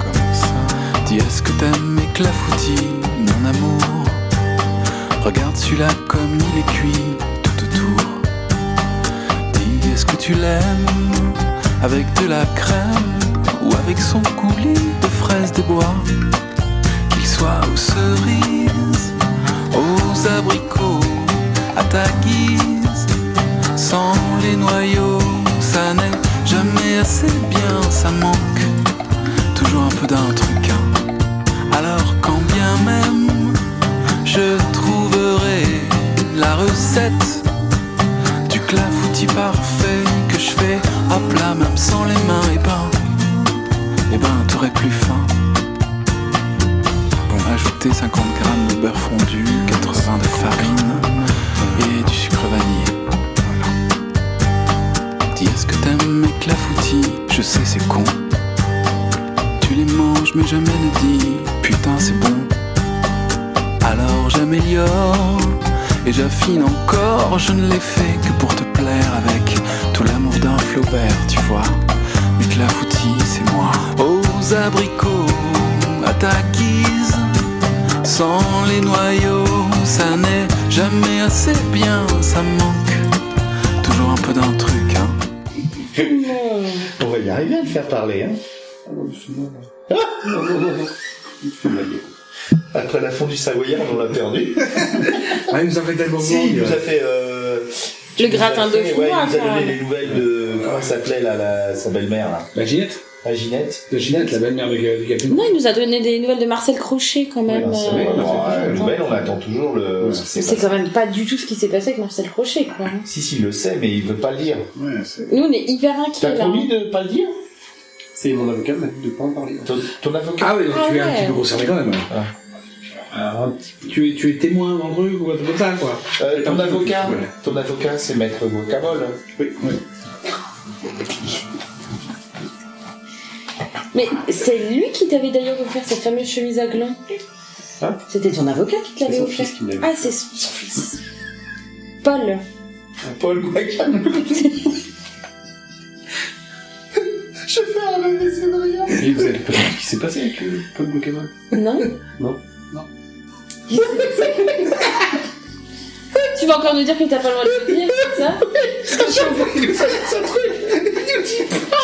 Comme ça. Dis est-ce que t'aimes éclafouti, mon amour Regarde celui-là comme il est cuit tout autour. Dis est-ce que tu l'aimes avec de la crème ou avec son coulis de fraises des bois Qu'il soit aux cerises, aux abricots, à ta guise sans les noyaux, ça n'est jamais assez bien, ça manque toujours un peu d'un truc. hein. Alors quand bien même je trouverai la recette du clafoutis parfait que je fais à plat même sans les mains, et ben, et ben t'aurais plus faim. Bon, ajoutez 50 grammes de beurre fondu, 80 de farine et du sucre vanillé. Dis est-ce que t'aimes mes clafoutis Je sais c'est con Tu les manges mais jamais ne dis Putain c'est bon Alors j'améliore Et j'affine encore Je ne les fais que pour te plaire Avec tout l'amour d'un Flaubert Tu vois Mes clafoutis c'est moi Aux abricots à ta guise Sans les noyaux Ça n'est jamais assez bien Ça manque toujours un peu d'un truc hein.
on va y arriver à le faire parler. Hein.
Ah,
Après la fondue savoyarde, on l'a perdu.
Ah, il nous a fait tellement
Si, il nous a fait. euh, tu
Le
nous as
gratin
fait-
de
Ouais,
foie,
il nous a
quoi.
donné les nouvelles de. Comment ça s'appelait là, la- sa belle-mère là
La Ginette
La Ginette
La Ginette, la belle-mère de Ga- de Gabino.
Non, il nous a donné des nouvelles de Marcel Crochet quand même.
C'est
euh,
vrai,
euh,
bon, ouais,
attends.
nouvelle, on attend toujours le. ce qui s'est
C'est
passé.
quand même pas du tout ce qui s'est passé avec Marcel Crochet, quoi.
Si, si, il le sait, mais il veut pas le dire.
Nous, on est hyper inquiets, là.
de pas le dire
C'est mon avocat m'a dit de pas en parler.
Ton, ton avocat
Ah oui, donc
Ah
tu es un
ouais.
petit peu concerné quand même.
Ah.
Alors, un petit peu- tu, es, tu es témoin dans le truc ou un truc comme ça, quoi.
Euh,
Un
ton
petit peu
avocat,
plus, ouais.
ton avocat, c'est Maître Guacamole. hein.
Oui, oui.
Mais c'est lui qui t'avait d'ailleurs offert cette fameuse chemise à gland. C'était ton avocat qui te l'avait
C'est son
offert.
fils qui me l'avait
Ah, c'est son son fils. Paul.
Paul Guacamole. Je fais un lever, c'est rien.
Et vous avez pas vu ce qui s'est passé avec euh, Paul Bocamol
Non
Non.
Tu vas encore nous dire que t'as pas le droit de le dire, c'est ça
Il nous a fait ce truc. Il nous dit pas.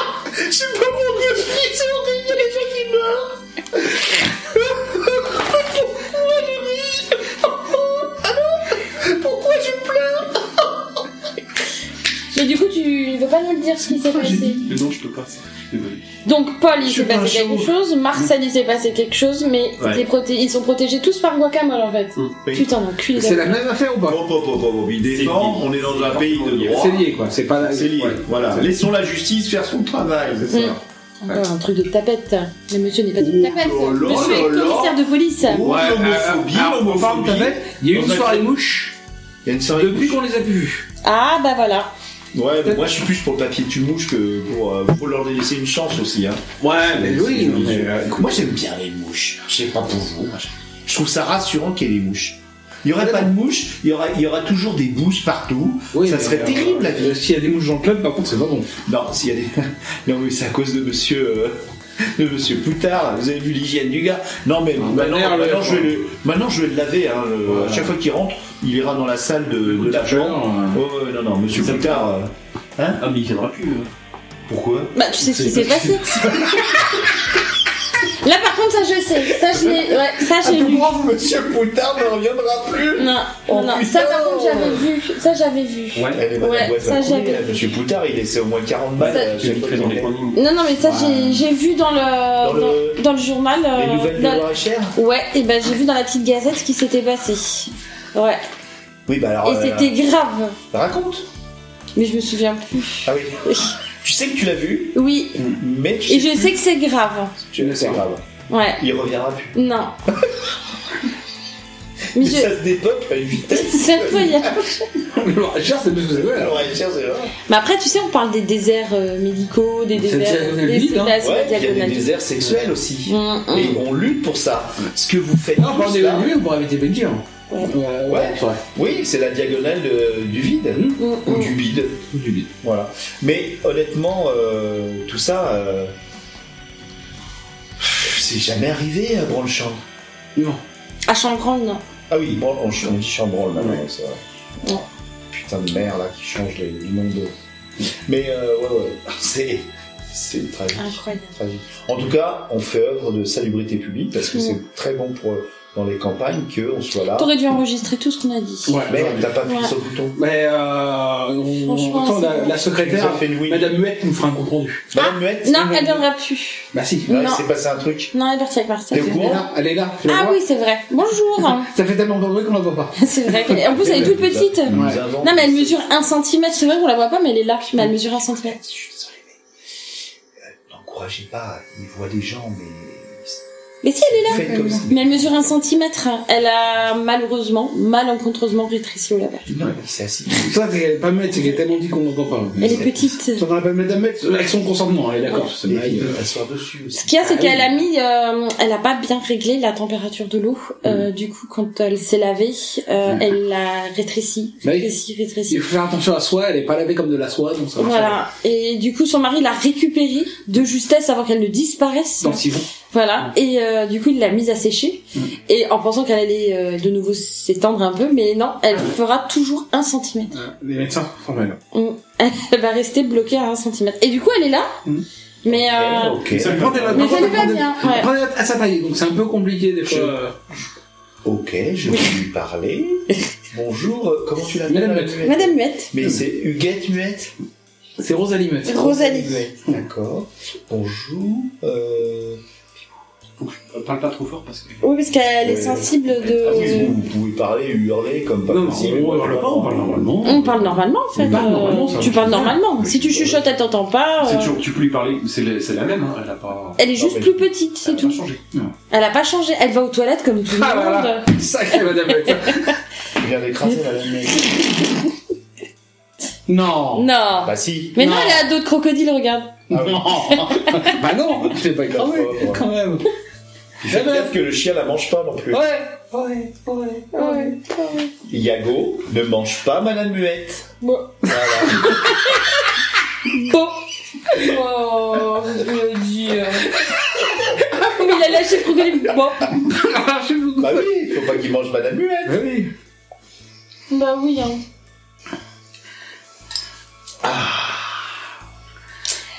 Je sais pas pourquoi je ris, c'est horrible, il y a des gens qui meurent. Pourquoi je ris Alors, Pourquoi je pleure
Mais du coup, tu ne veux pas nous le dire ce qui s'est passé.
Mais non, je peux pas. ça. Désolé.
Donc, Paul, il s'est
Super
passé
chaud.
quelque chose. Marcel, il s'est passé quelque chose. Mais
Ouais.
les proté- ils sont protégés tous par Guacamole, en fait.
Hum.
Putain, d'enculé.
affaire ou pas
Bon, bon, bon, bon, bon, il défend, on est dans un pays de droit.
C'est lié, quoi. C'est pas la...
Oh. C'est lié, voilà.
C'est-
Laissons la justice faire son travail.
Mm. Encore un truc de tapette. Le monsieur n'est pas de tapette.
Oh,
monsieur est commissaire de police.
Ouais, Oh, l'homophobie,
on parle de
l'homophobie.
tapette, il y a eu
Dans
une
un-
soirée mouche.
Il y a une soirée
Depuis qu'on les a plus vus.
Ah, bah voilà.
Ouais, mais moi je suis plus pour le papier tu mouches que pour. euh, faut leur laisser une chance aussi, hein. Ouais,
mais oui, non, mais, euh,
moi j'aime bien les mouches. Je sais pas pour vous. moi, je- Je trouve ça rassurant qu'il y ait des mouches. Il y aurait pas de mouches, il y aura, il y aura toujours des bouses partout. ça serait
mais, euh,
terrible la vie.
S'il y a des mouches dans le club, par contre, c'est pas bon.
Non, s'il y a des. Non, mais c'est à cause de monsieur. euh, De monsieur Poutard, vous avez vu l'hygiène du gars. Non, mais maintenant,
merde,
maintenant,
le-
je vais le, maintenant je vais le laver. Hein, le-
Voilà.
À chaque fois qu'il rentre, il ira dans la salle de, de l'argent.
Poutard,
Oh, ouais, non, non, monsieur Poutard. euh, Hein
Ah, mais il viendra plus. hein.
Pourquoi
Bah, tu sais ce qui s'est passé. Là, par contre, ça, je sais. Ça, je l'ai. Ouais, ça, j'ai lu.
Ah, Monsieur Poutard ne reviendra plus.
Non,
Oh,
non, non.
putain.
Ça, par contre, j'avais vu. Ça, j'avais vu.
Ouais, elle est bonne, la boîte
ça,
va couler,
j'avais
là. Monsieur Poutard, il laissait au moins 40 balles.
Ça-
euh, chaque fois qu'il allait.
Non, non, mais ça, j'ai- j'ai vu dans le,
Dans le-
dans, dans le journal.
Les
euh,
nouvelles de
dans-
Loir-et-Cher
Ouais, et ben j'ai vu dans la petite gazette ce qui s'était passé. Ouais.
Oui, bah alors.
et
euh,
c'était grave.
Raconte.
Mais je me souviens plus.
Ah oui. tu sais que tu l'as vu.
Oui.
Mais tu
Et je sais que c'est grave.
Tu sais, c'est grave.
Ouais.
Il reviendra plus.
Non. Mais
Mais
je-
ça se dépeuple à une vitesse.
C'est incroyable.
Loir-et-Cher, c'est plus que vous avez. Loir-et-Cher, c'est vrai.
Mais après, tu sais, on parle des déserts euh, médicaux, des
C'est
déserts.
diagonale
des-
vide, hein.
là, c'est la
Ouais, il y a
diagonale
des
vide.
déserts sexuels aussi.
Mm, mm.
Et on lutte pour ça. Ce que vous faites. Non,
on est
là,
venu, on pourrait inviter Benji. hein.
Ouais. Oui, c'est la diagonale euh, du vide
mm,
ou du bide. Ou du bide. Voilà. Mais honnêtement, euh, tout ça, euh, pff, c'est jamais arrivé à Branchamp. Non.
À Chambrande, non.
Ah oui, Bran- on, on dit Chambranle maintenant, c'est vrai.
Non.
Putain de merde là qui change les, les noms de. Mais euh, ouais, ouais, c'est. C'est tragique.
Incroyable.
Tragique. En tout cas, on fait œuvre de salubrité publique parce que
Mm.
c'est très bon pour euh, dans les campagnes qu'on soit là.
T'aurais dû enregistrer tout ce qu'on a dit.
Ah. Ouais, merde, t'as pas appuyé
Ouais.
sur le bouton.
Mais euh, on-
Franchement,
attends,
c'est
la,
bon.
la
Tu nous
secrétaire,
as fait une
Madame Muette, nous fera un compte rendu.
Madame Muette
Ah, Non, elle viendra plus.
Bah si,
Ouais, Non. il s'est
passé un truc.
Non, elle est partie avec Marcel.
T'es au courant Elle est là. tu la
Ah
vois
oui, c'est vrai. Bonjour.
Ça fait tellement de bruit qu'on la voit pas.
c'est vrai. qu'elle- En plus, elle est toute petite.
Ouais.
Non, mais elle mesure 1 cm. C'est vrai qu'on la voit pas, mais elle est là. Mais elle mesure 1 cm.
euh, N'encouragez pas, ils voient des gens, mais.
Mais si, elle est
Faites
là.
comme ça.
Mais elle mesure 1 cm. Elle a malheureusement, malencontreusement rétréci au lavage.
Non, mais c'est assis.
Toi, t'es pas Muette, c'est qu'elle est tellement dit qu'on l'entend pas.
Elle est petite.
Toi, t'en as pas Madame Muette, avec son consentement, elle est d'accord.
Et ils
euh,
peuvent t'asseoir dessus aussi.
Ce qu'il y a, c'est
Ah oui.
qu'elle a mis, euh, elle a pas bien réglé la température de l'eau.
Mm.
Euh, Du coup, quand elle s'est lavée, euh, elle la rétrécit,
Bah oui.
rétrécit, rétrécit.
Il faut faire attention à la soie, elle est pas lavée comme de la soie, donc ça va
Voilà. Et du coup, son mari l'a récupérée de justesse avant qu'elle ne disparaisse.
Dans le siphon.
Mm.
Voilà. Et euh, du coup, il l'a mise à sécher. Et en pensant qu'elle allait euh, de nouveau s'étendre un peu, mais non, elle fera toujours un centimètre.
faire. Euh, Les médecins sont mal.
Mm. Elle va rester bloquée à un centimètre. Et du coup, elle est là.
Mm.
Mais, euh,
Ok.
Ça lui prend des notes.
mais
Par
ça
contre,
lui va
prend des-
bien.
elle
ouais.
prend des notes à sa taille, donc c'est un peu compliqué des fois. euh,
Ok, je vais lui parler. Bonjour, euh, comment tu l'appelles
Madame
Madame
Muette.
Muette
Madame Muette.
Mais c'est Huguette Muette
C'est Rosalie Muette.
Rosalie.
Muette, D'accord. Bonjour. Euh... Faut que je parle pas trop fort parce que.
Oui, parce qu'elle est
Euh,
sensible de.
Ah oui, vous, vous pouvez parler, hurler comme pas
Non, non,
possible.
Bah, on hurle pas, on parle normalement.
On parle normalement en fait.
On parle
Euh,
normalement, ça
tu
va.
parles normalement. Si tu chuchotes, elle t'entend pas.
C'est
euh,
toujours, tu peux lui parler, c'est la, c'est la même, hein, elle a pas.
Elle est juste plus petite, c'est tout. Elle a pas changé. Elle va aux toilettes comme tout le
Ah,
monde.
Sacré Madame Muette.
Je viens
Euh,
d'écraser Madame Muette.
Non.
Non.
Bah si. Ah
Mais non, elle a d'autres crocodiles, regarde.
Non. bah non, je l'ai pas écrasé, quand même.
Faites gaffe que le chien la mange pas non plus.
ouais, ouais,
ouais, ouais.
Yago ne mange pas Madame Muette.
Bon. Bon. Oh, mon dieu. Mais il a lâché le crocodile. Bon.
bah oui, faut pas qu'il mange Madame Muette.
oui.
Bah oui, hein.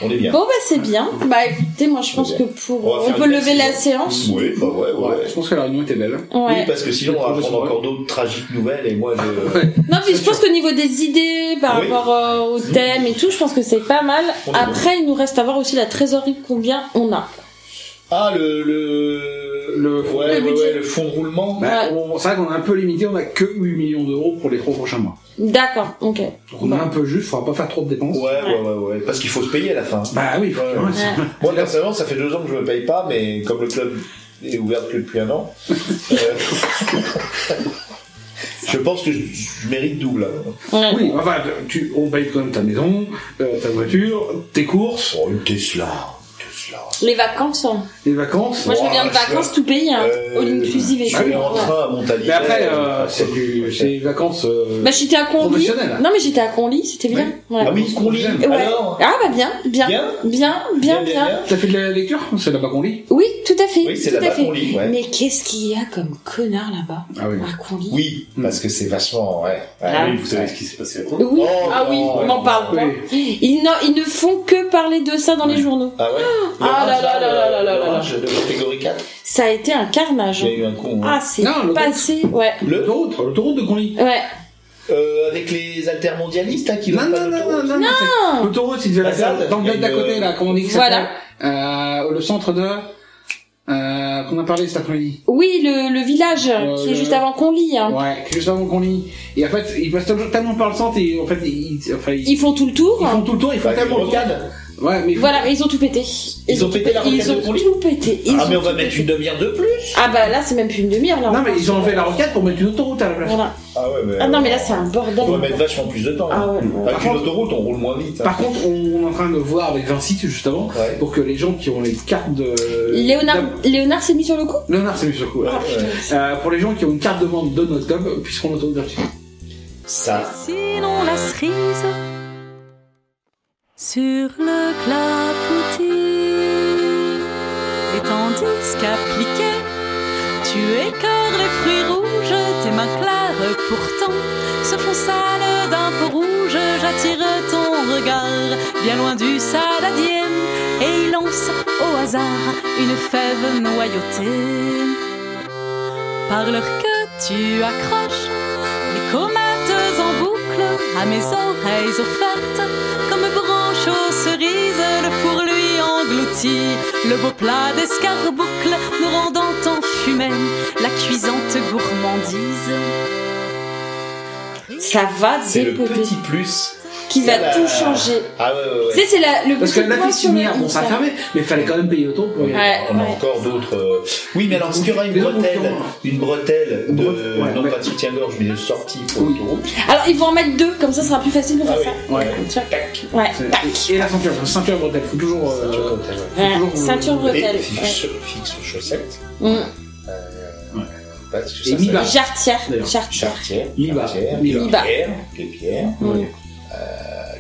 On est bien.
Bon, bah c'est bien. Bah écoutez, moi je pense que pour.
va
On,
faire
peut
une
lever la séance.
Oui, bah ouais, ouais.
Je pense que la réunion était belle.
Ouais.
Oui, parce que sinon on va apprendre encore d'autres tragiques nouvelles et moi je.
Non, mais je pense qu'au niveau des idées, par
Oui.
rapport euh, au thème et tout, je pense que c'est pas mal.
On est bon.
Après, il nous reste à voir aussi la trésorerie, combien on a.
Ah, le. Le,
Le-
ouais,
le
ouais,
budget.
ouais, le fond de roulement.
Bah, on- C'est vrai qu'on est un peu limité, on a que 8 millions d'euros pour les trois prochains mois.
D'accord, ok.
Donc on est un peu juste, faudra pas faire trop de dépenses.
Ouais, ouais, ouais, ouais. Parce qu'il faut se payer à la fin.
Bah oui,
Ouais,
ouais,
ouais.
c'est-
Moi, personnellement, ça fait deux ans que je me paye pas, mais comme le club est ouvert que depuis un an, euh, je pense que je, je mérite double. hein.
Oui, enfin, tu, on paye quand même ta maison, euh, ta voiture, tes courses.
Oh, une Tesla.
Les vacances. hein.
Les vacances
Moi, je reviens de
Ouah,
vacances tout pays, hein.
Euh,
all inclusive et
je
tout.
vais en
Ouais.
train
à Montalivet.
Mais après, euh, c'est du- c'est des vacances. euh,
Bah, j'étais à Conly.
Professionnel.
Non, mais j'étais à Conly, c'était bien. Ouais.
Ah oui, Conly.
Ouais.
Alors
Ah, bah, bien, bien, bien,
Bien
bien, bien.
T'as fait de la lecture C'est là-bas qu'on lit
Oui, tout à fait.
Oui, c'est
tout à
là-bas
fait.
qu'on lit, ouais.
Mais qu'est-ce qu'il y a comme connard là-bas
Ah oui.
Oui,
Hmm.
parce que c'est vachement. Ouais.
Ah.
vous savez ce qui s'est passé à
Oui, ah oui, on n'en parle pas. Ils, n'en- ils ne font que parler de ça dans les journaux.
Ah ouais
Ah là là là là là là là.
L'orange de catégorie 4.
Ça a été un carnage.
Il y a eu un con. hein.
Ah, c'est passé, ouais.
Le
autre, le de Conly.
Ouais.
Euh, avec les altermondialistes hein, qui vont
Non,
pas
non, non,
l'autoroute.
non, non, c'est- L'autoroute, il devait la
La
faire
ZAD,
dans le
il y a
lac d'à
une-
côté, là, comment on dit que ça
Voilà.
s'appelle Euh, Le centre de. euh, qu'on a parlé cet après-midi.
Oui, le, le village qui est
le-
juste avant qu'on lit. Hein.
Ouais, juste avant qu'on lit. Et en fait, ils passent tellement- tellement par le centre, et en fait, ils, enfin, ils,
Ils font tout le tour.
ils font tout le tour, ils
Bah,
font tellement le tour. Ouais, mais.
Voilà, mais ils ont tout pété.
Ils ont pété la rocade
Ils
de
ont
Conly
tout pété. Ils
Ah, mais
ont
on va
tout
mettre
pété.
une demi-heure de plus
Ah bah là, c'est même plus une demi-heure. là,
Non,
on
mais
pense.
ils ont enlevé la rocade pour mettre une autoroute à la place.
Voilà.
Ah ouais, mais.
Ah non, mais là, c'est un
On va
bordel.
mettre vachement plus de temps. hein.
Ah ouais.
Avec une autoroute, on roule moins vite. hein.
Par contre, on est en train de voir avec Vinci justement pour que les gens qui ont les cartes de
Léonard,
Euh,
Ah,
d'ab-
Léonard s'est mis sur le coup
Léonard, c'est mis sur le coup. ouais. Euh, pour les gens qui ont une carte de vente de notre club, puisqu'on l'auto gratuit.
Ça.
Sinon la cerise sur le clafoutis. Et tandis qu'à piquer, tu écores les fruits rouges, tes mains claires pourtant se font sales d'un pot rouge. J'attire ton regard bien loin du saladier et il lance au hasard une fève noyautée par leur queue tu accroches les comates en boucle à mes oreilles offertes comme branches aux cerises le four lui engloutit le beau plat d'escarboucle nous rendant en fumée la cuisante gourmandise
Ça va
C'est le
dépoter.
petit plus.
Qui va
Ça, là.
tout changer.
Ah ouais, ouais, ouais.
Tu sais, c'est la- le
Parce que
petit
la
point sur le
filière, bon,
i,
ça
ça.
Oh, fermait, mais il fallait quand même payer autant pour y aller.
Ouais,
On a
ouais.
encore d'autres. euh, Oui, mais alors, est-ce qu'il y aura une bretelle
hein.
Une bretelle de. non, pas de soutien-gorge, mais de sortie pour l'autoroute. Ah
Alors, ils vont en mettre deux, comme ça, ce sera plus facile de faire ça.
Ah Ouais.
Tac. Ouais.
Euh, Et, et la ceinture, la ceinture bretelle, faut toujours. euh, faut
Ouais,
toujours, euh,
ceinture bretelle,
Et fixe, fixe aux chaussettes.
Mm.
Parce que
Et
ça,
mi-bas.
ça-
Jarretière.
D'ailleurs.
Jarretière.
Chartier,
Mi-bas.
Pierre,
Mi-bas.
Pierre, Pierre,
Ouais.
euh,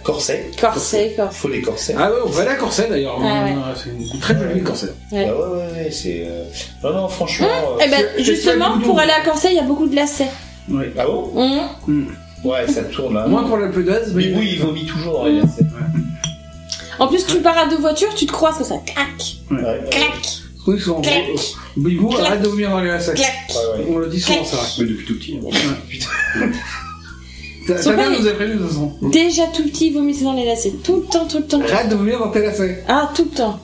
corset.
Corset, corset.
Faut les corsets.
Ah ouais, on va aller à Corset d'ailleurs.
Ah ouais.
C'est une très jolie Corset.
Ouais.
Ah ouais, ouais, ouais, c'est. euh, Non, non, franchement. euh,
Eh ben,
c'est-
justement,
c'est-
pour aller à Corset, il y a beaucoup de lacets.
Ouais.
Ah bon
Hum.
Ouais, ça tourne hein. là.
Moins pour la plus
Mais oui, il vomit toujours dans les lacets.
En plus, tu pars à deux voitures, tu te croises comme ça. Clac.
Ouais.
Clac.
Oui, souvent.
Clac.
Bibou,
Clac.
arrête de vomir dans les lacets.
Clac.
On le dit souvent, ça.
Mais depuis tout petit. hein.
Ta
Son
ta mère
père,
nous a prévenu de toute façon.
Déjà tout petit, vomissez dans les lacets. Tout le temps, tout le temps.
Arrête de vomir dans tes lacets.
Ah, tout le temps.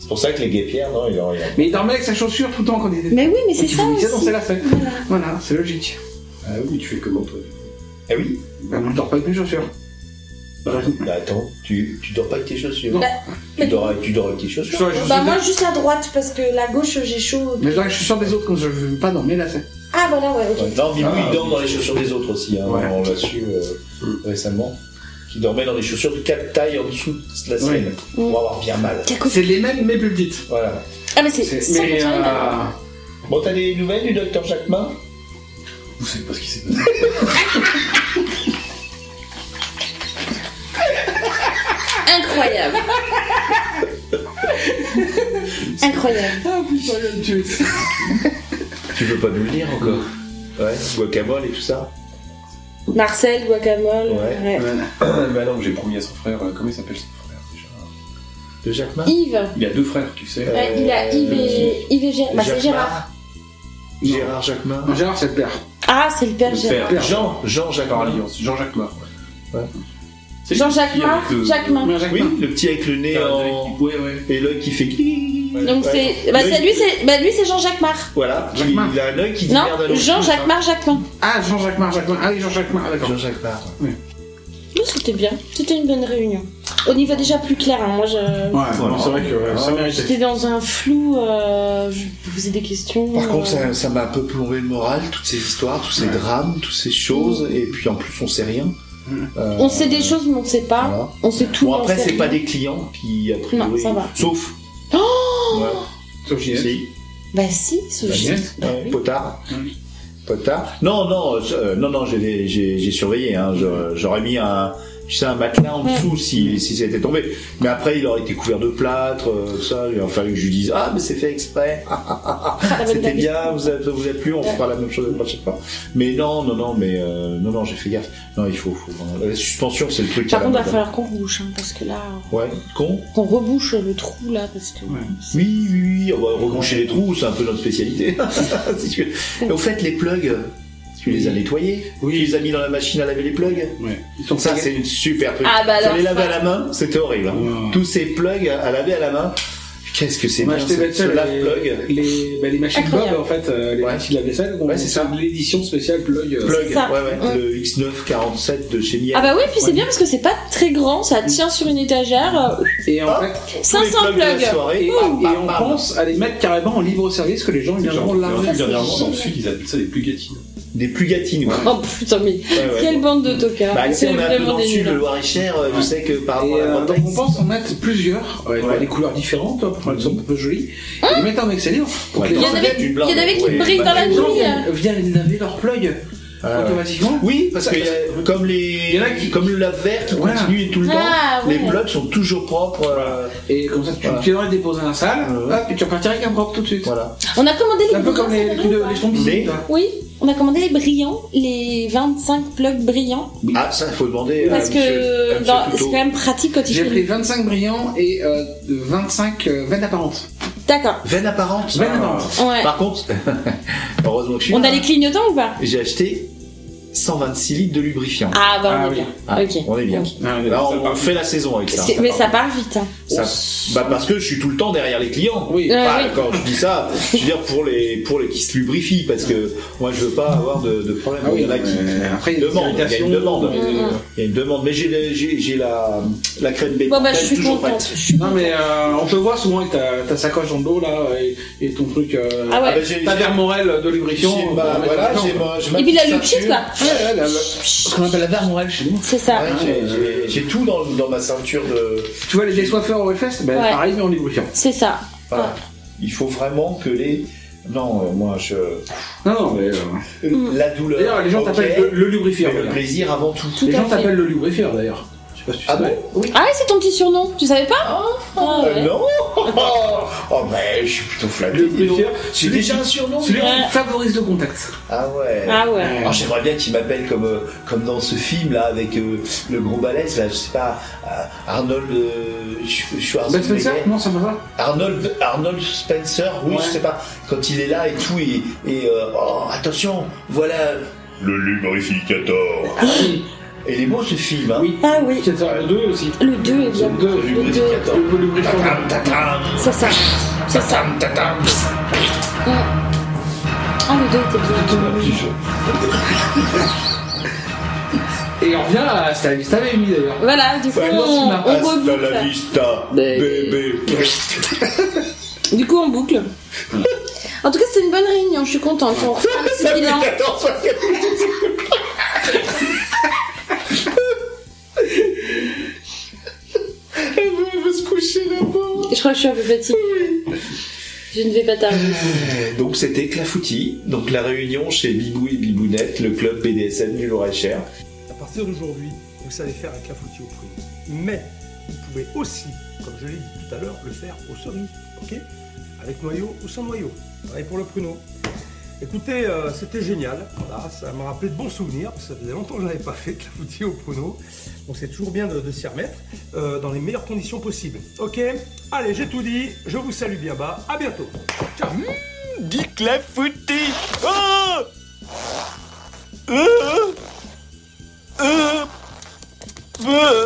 C'est pour ça que les guépières, non, ils ont rien.
Mais il dormait avec sa chaussure tout le temps quand il était.
Mais oui, mais c'est
Il
ça
vomissait dans
aussi.
ses lacets. Voilà, c'est logique.
Ah oui, tu fais comment toi
Ah oui
Bah, moi, je dors pas avec mes chaussures.
bah, bah, attends, tu, tu dors pas avec tes chaussures.
Bah,
Tu, dors, avec- tu dors avec tes
Je dors
chaussures.
avec les
Bah
chaussures
moi
des-
juste à droite parce que la gauche j'ai chaud.
Mais je dors avec les chaussures des autres quand je veux pas dans mes lacets.
Ah voilà ouais. ok.
Ouais, Non, Bibou,
Ah,
il dort dans les chaussures des autres aussi. hein,
Ouais.
On l'a su euh, récemment. Qui dormait dans les chaussures de 4 tailles en dessous de la sienne.
Mm.
Pour avoir bien mal.
C'est les mêmes mais plus petites.
Voilà.
Ah, mais c'est
C'est- mais,
100% humain.
euh,
Bon, t'as des nouvelles du docteur Jacquemin
Vous savez pas ce qui s'est passé.
Incroyable. Incroyable.
Ah putain, il va me tuer.
Tu veux pas nous le dire encore Ouais, guacamole et tout ça.
Marcel, guacamole. ouais.
bah non, j'ai promis à son frère. euh, Comment il s'appelle son frère déjà
De Jacquemin
Yves.
Euh,
Il a deux frères, tu sais. Euh,
Ouais, Euh, il a Yves et, Yves et Gérard. Bah, c'est Gérard.
Gérard Jacquemin.
Gérard, c'est le père.
Ah, c'est le père
Le
Gérard.
père. Jean, Jean Jacques Par alliance, Jean Jacques Mar.
Ouais.
C'est lui
Jean-Jacques
qui
Marc,
avec le-
Jacquemin.
Oui, le petit avec le nez en. Et l'œil qui fait.
Donc c'est. Bah,
L'œil-
c'est- lui, c'est bah, lui, c'est Jean-Jacques Mar.
Voilà, qui- il a un œil qui dit
Non,
merde à l'autre.
Jean-Jacques Mar, Jacquemin.
Ah, Jean-Jacques Mar, Jacquemin. Ah oui, Jean-Jacques Mar, d'accord.
Jean-Jacques Mar.
Non, C'était bien. C'était une bonne réunion. On y va déjà plus clair. hein. Moi, je.
Ouais, c'est vrai que euh,
Ah,
ça méritait.
J'étais dans un flou. euh, je posais des questions.
Par
euh,
contre, ça- ça m'a un peu plombé le moral, toutes ces histoires, tous ces drames, toutes ces choses, et puis en plus, on sait rien. Euh,
On sait des choses, mais on sait pas.
voilà.
On sait tout.
Bon,
mais on
après,
sait
c'est
rien.
pas des clients qui, a priori.
Non, ça va.
Sauf.
Oh
Ouais. Sauf Ginette. Si. euh,
Bah si, ce geste. Bah oui.
Potard. Potard. Non, non, euh, non, non, j'ai j'ai- j'ai surveillé. hein. Je- J'aurais mis un. Tu sais, un matelas en dessous si, si c'était tombé. Mais après, il aurait été couvert de plâtre, euh, tout ça. Il aurait fallu que je lui dise Ah, mais c'est fait exprès. Ah, ah, ah, ah. c'était bien, vous avez, vous avez plu, on fera la même chose la prochaine fois. Mais non, non, non, mais euh, non, non, j'ai fait gaffe. Non, il faut. faut vraiment- La suspension, c'est le truc.
Par
à la
contre, il va
mode.
falloir qu'on rebouche, hein, parce que là,
Ouais, con.
qu'on rebouche le trou là, parce que.
Oui, oui, oui, on va rebrancher les trous, c'est un peu notre spécialité. Si tu veux. Et au fait, les plugs, tu les as nettoyés Oui. Tu les as mis dans la machine à laver les plugs Ça, c'est une super truc.
Ah, bah alors,
Tu les laves
ça-
à la main, c'était horrible. hein. Tous ces plugs à laver à la main, qu'est-ce que c'est
On a
bien
acheté
ce, ce
Vettel
lave-plug.
les, les, bah, les machines
Incroyable.
Bob en fait, euh, les machines de la vaisselle.
Ouais, c'est ça.
L'édition spéciale plug. euh,
Plug, ouais,
C'est ça.
ouais,
Mm.
le X947 de chez Miele.
Ah bah oui, puis c'est bien parce que c'est pas très grand, ça tient sur une étagère.
Et en
fait, 500 plugs.
Et,
Ouh.
et on pense à les mettre carrément en libre service que les gens viendront
Genre,
laver.
Dernièrement, dans le sud, ils appellent ça des plugatines.
Des plugatines, ouais.
Oh putain, mais
ouais.
quelle bande de tocards.
Bah, tu sais,
C'est
on est un peu
vraiment
dans le
des
sud,
nuls. hein.
le Loir-et-Cher, euh, je sais que par rapport
Et,
à la
euh,
Bretagne,
donc on pense en mettre plusieurs, ouais, bah, des couleurs différentes, hein, pour qu'elles soient un peu jolies, et les mettre en excellent. pour
Ouais,
que les
Hein il y en
gens
avait-
viennent-
il y en avait qui Ouais, brillent
bah,
dans la
les gens
nuit,
viennent-
hein.
Viennent laver leur plug
Ah, ouais.
automatiquement.
Oui, parce que y a- comme les, comme le lave-vert qui
Voilà.
continue et tout le
Ah,
temps,
ouais.
les blocs sont toujours propres. euh,
Et comme ça, tu
Voilà.
tu l'aurais déposé dans la salle, hop, et tu repartirais avec un propre tout de suite.
Voilà.
On a commandé les
C'est un peu
brillants.
comme les trucs de les champs de visite, là.
Oui, on a commandé les brillants, les 25 plugs brillants.
Ah, ça, il faut demander. à
Parce
monsieur- à
que
monsieur
dans- c'est
Couteau.
quand même pratique quand il
J'ai
fait
pris
nuit.
25 brillants et euh, de 25 euh, veines apparentes.
D'accord.
Veine apparente.
Veine
Ah.
apparente.
Ouais.
Par contre, heureusement que je suis
On
là, hein.
a les clignotants ou pas
J'ai acheté 126 litres de lubrifiant.
Ah, bah, on est bien.
Ah,
Ok.
On est bien. Là, on, on fait la saison avec ça.
C'est- Mais ça part vite. hein.
Ça- bah parce que je suis tout le temps derrière les clients.
Oui.
Pas-
Ouais, Bah oui.
Bah, Quand je dis ça, je veux dire pour les pour les qui se lubrifient parce que moi je veux pas avoir de, de problème.
Ah oui,
il y en a qui
mais après, euh, il y a des
demandent. Il y a une
irritations,
demande.
mais-
Il y a une demande. Mais j'ai la- j'ai j'ai la la crème bébé.
Bon, bah, je suis
toujours
contente.
prête.
Non mais euh, on te voit souvent avec ta, ta sacoche dans le dos là et, et ton truc. euh,
Ah ouais. Ah bah,
j'ai-
ta
j'ai-
vermorelle de lubrifiant.
j'ai
euh,
ma-
pour
bah,
mettre
voilà,
dedans,
j'ai
quoi.
ma- j'ai ma
Et puis la
petite
look shit,
ceinture.
quoi.
Ouais, ouais, la- la- ce qu'on appelle la vermorelle chez nous.
C'est ça.
Ouais, j'ai- j'ai- J'ai tout dans dans ma ceinture de.
Tu vois les désoiffeurs au Hellfest, ben
Ouais.
pareil mais en lubrifiant.
C'est ça.
Voilà. Il faut vraiment que les non euh, moi je
Non non mais. euh,
Mm.
la douleur.
D'ailleurs les gens
ok,
t'appellent le, le lubrifiant.
mais le
voilà.
plaisir avant tout.
Tout
les
à
gens
fait.
t'appellent le lubrifiant d'ailleurs. Je sais pas si tu
Ah bon
savais.
Oui.
Ah, ouais, c'est ton petit surnom, tu savais pas Ah,
Euh,
ouais.
non Oh, mais je suis plutôt flatté.
Le préfère-
C'est déjà un surnom
Celui
mais-
qui favorise le contact. Euh,
Ah ouais.
Ah ouais.
Alors, J'aimerais bien qu'il m'appelle comme, euh, comme dans ce film là avec euh, le gros balèze là, je sais pas, euh, Arnold. euh, je, je suis
Ben
Arnold.
Spencer
Schwarzenegger.
Non ça me va.
Arnold, Arnold Spencer, oui,
Ouais.
je sais pas. Quand il est là et tout, et, et, euh, oh, attention, voilà le lubrificateur. Et il est beau ce film, hein.
Oui.
Ah oui.
le 2 aussi.
Le 2 est bien.
Le 2.
Le lubrificateur.
Le lubrifiant.
Tatam, tatam,
C'est ça. C'est ça.
tatam, tatam.
Ah, le 2 était bien.
Et on revient à Hasta la Vista Baby d'ailleurs.
Voilà, du coup,
Ouais,
on,
non, c'est ma-
on
Hasta
reboucle.
la vista,
Mais-
bébé.
Du coup, on boucle. En tout cas, c'était une bonne réunion, je suis contente. On refait un petit bilan.
Elle veut, elle veut se coucher là-bas.
Je crois que je suis un peu fatiguée. Je ne vais pas tarder.
Euh, Donc c'était Clafoutis, donc la réunion chez Bibou et Bibounette, le club BDSM du Loir-et-Cher.
À partir d'aujourd'hui, vous savez faire un clafoutis au prune. Mais vous pouvez aussi, comme je l'ai dit tout à l'heure, le faire au cerise, ok Avec noyau ou sans noyau. Pareil pour le pruneau. Écoutez, euh, c'était génial. Voilà, ça m'a rappelé de bons souvenirs. parce que Ça faisait longtemps que je n'avais pas fait de clafoutis au pruneau. Donc c'est toujours bien de, de s'y remettre euh, dans les meilleures conditions possibles. Ok Allez, j'ai tout dit. Je vous salue bien bas. À bientôt. Ciao.
Dis clafoutis Oh Euh Euh Euh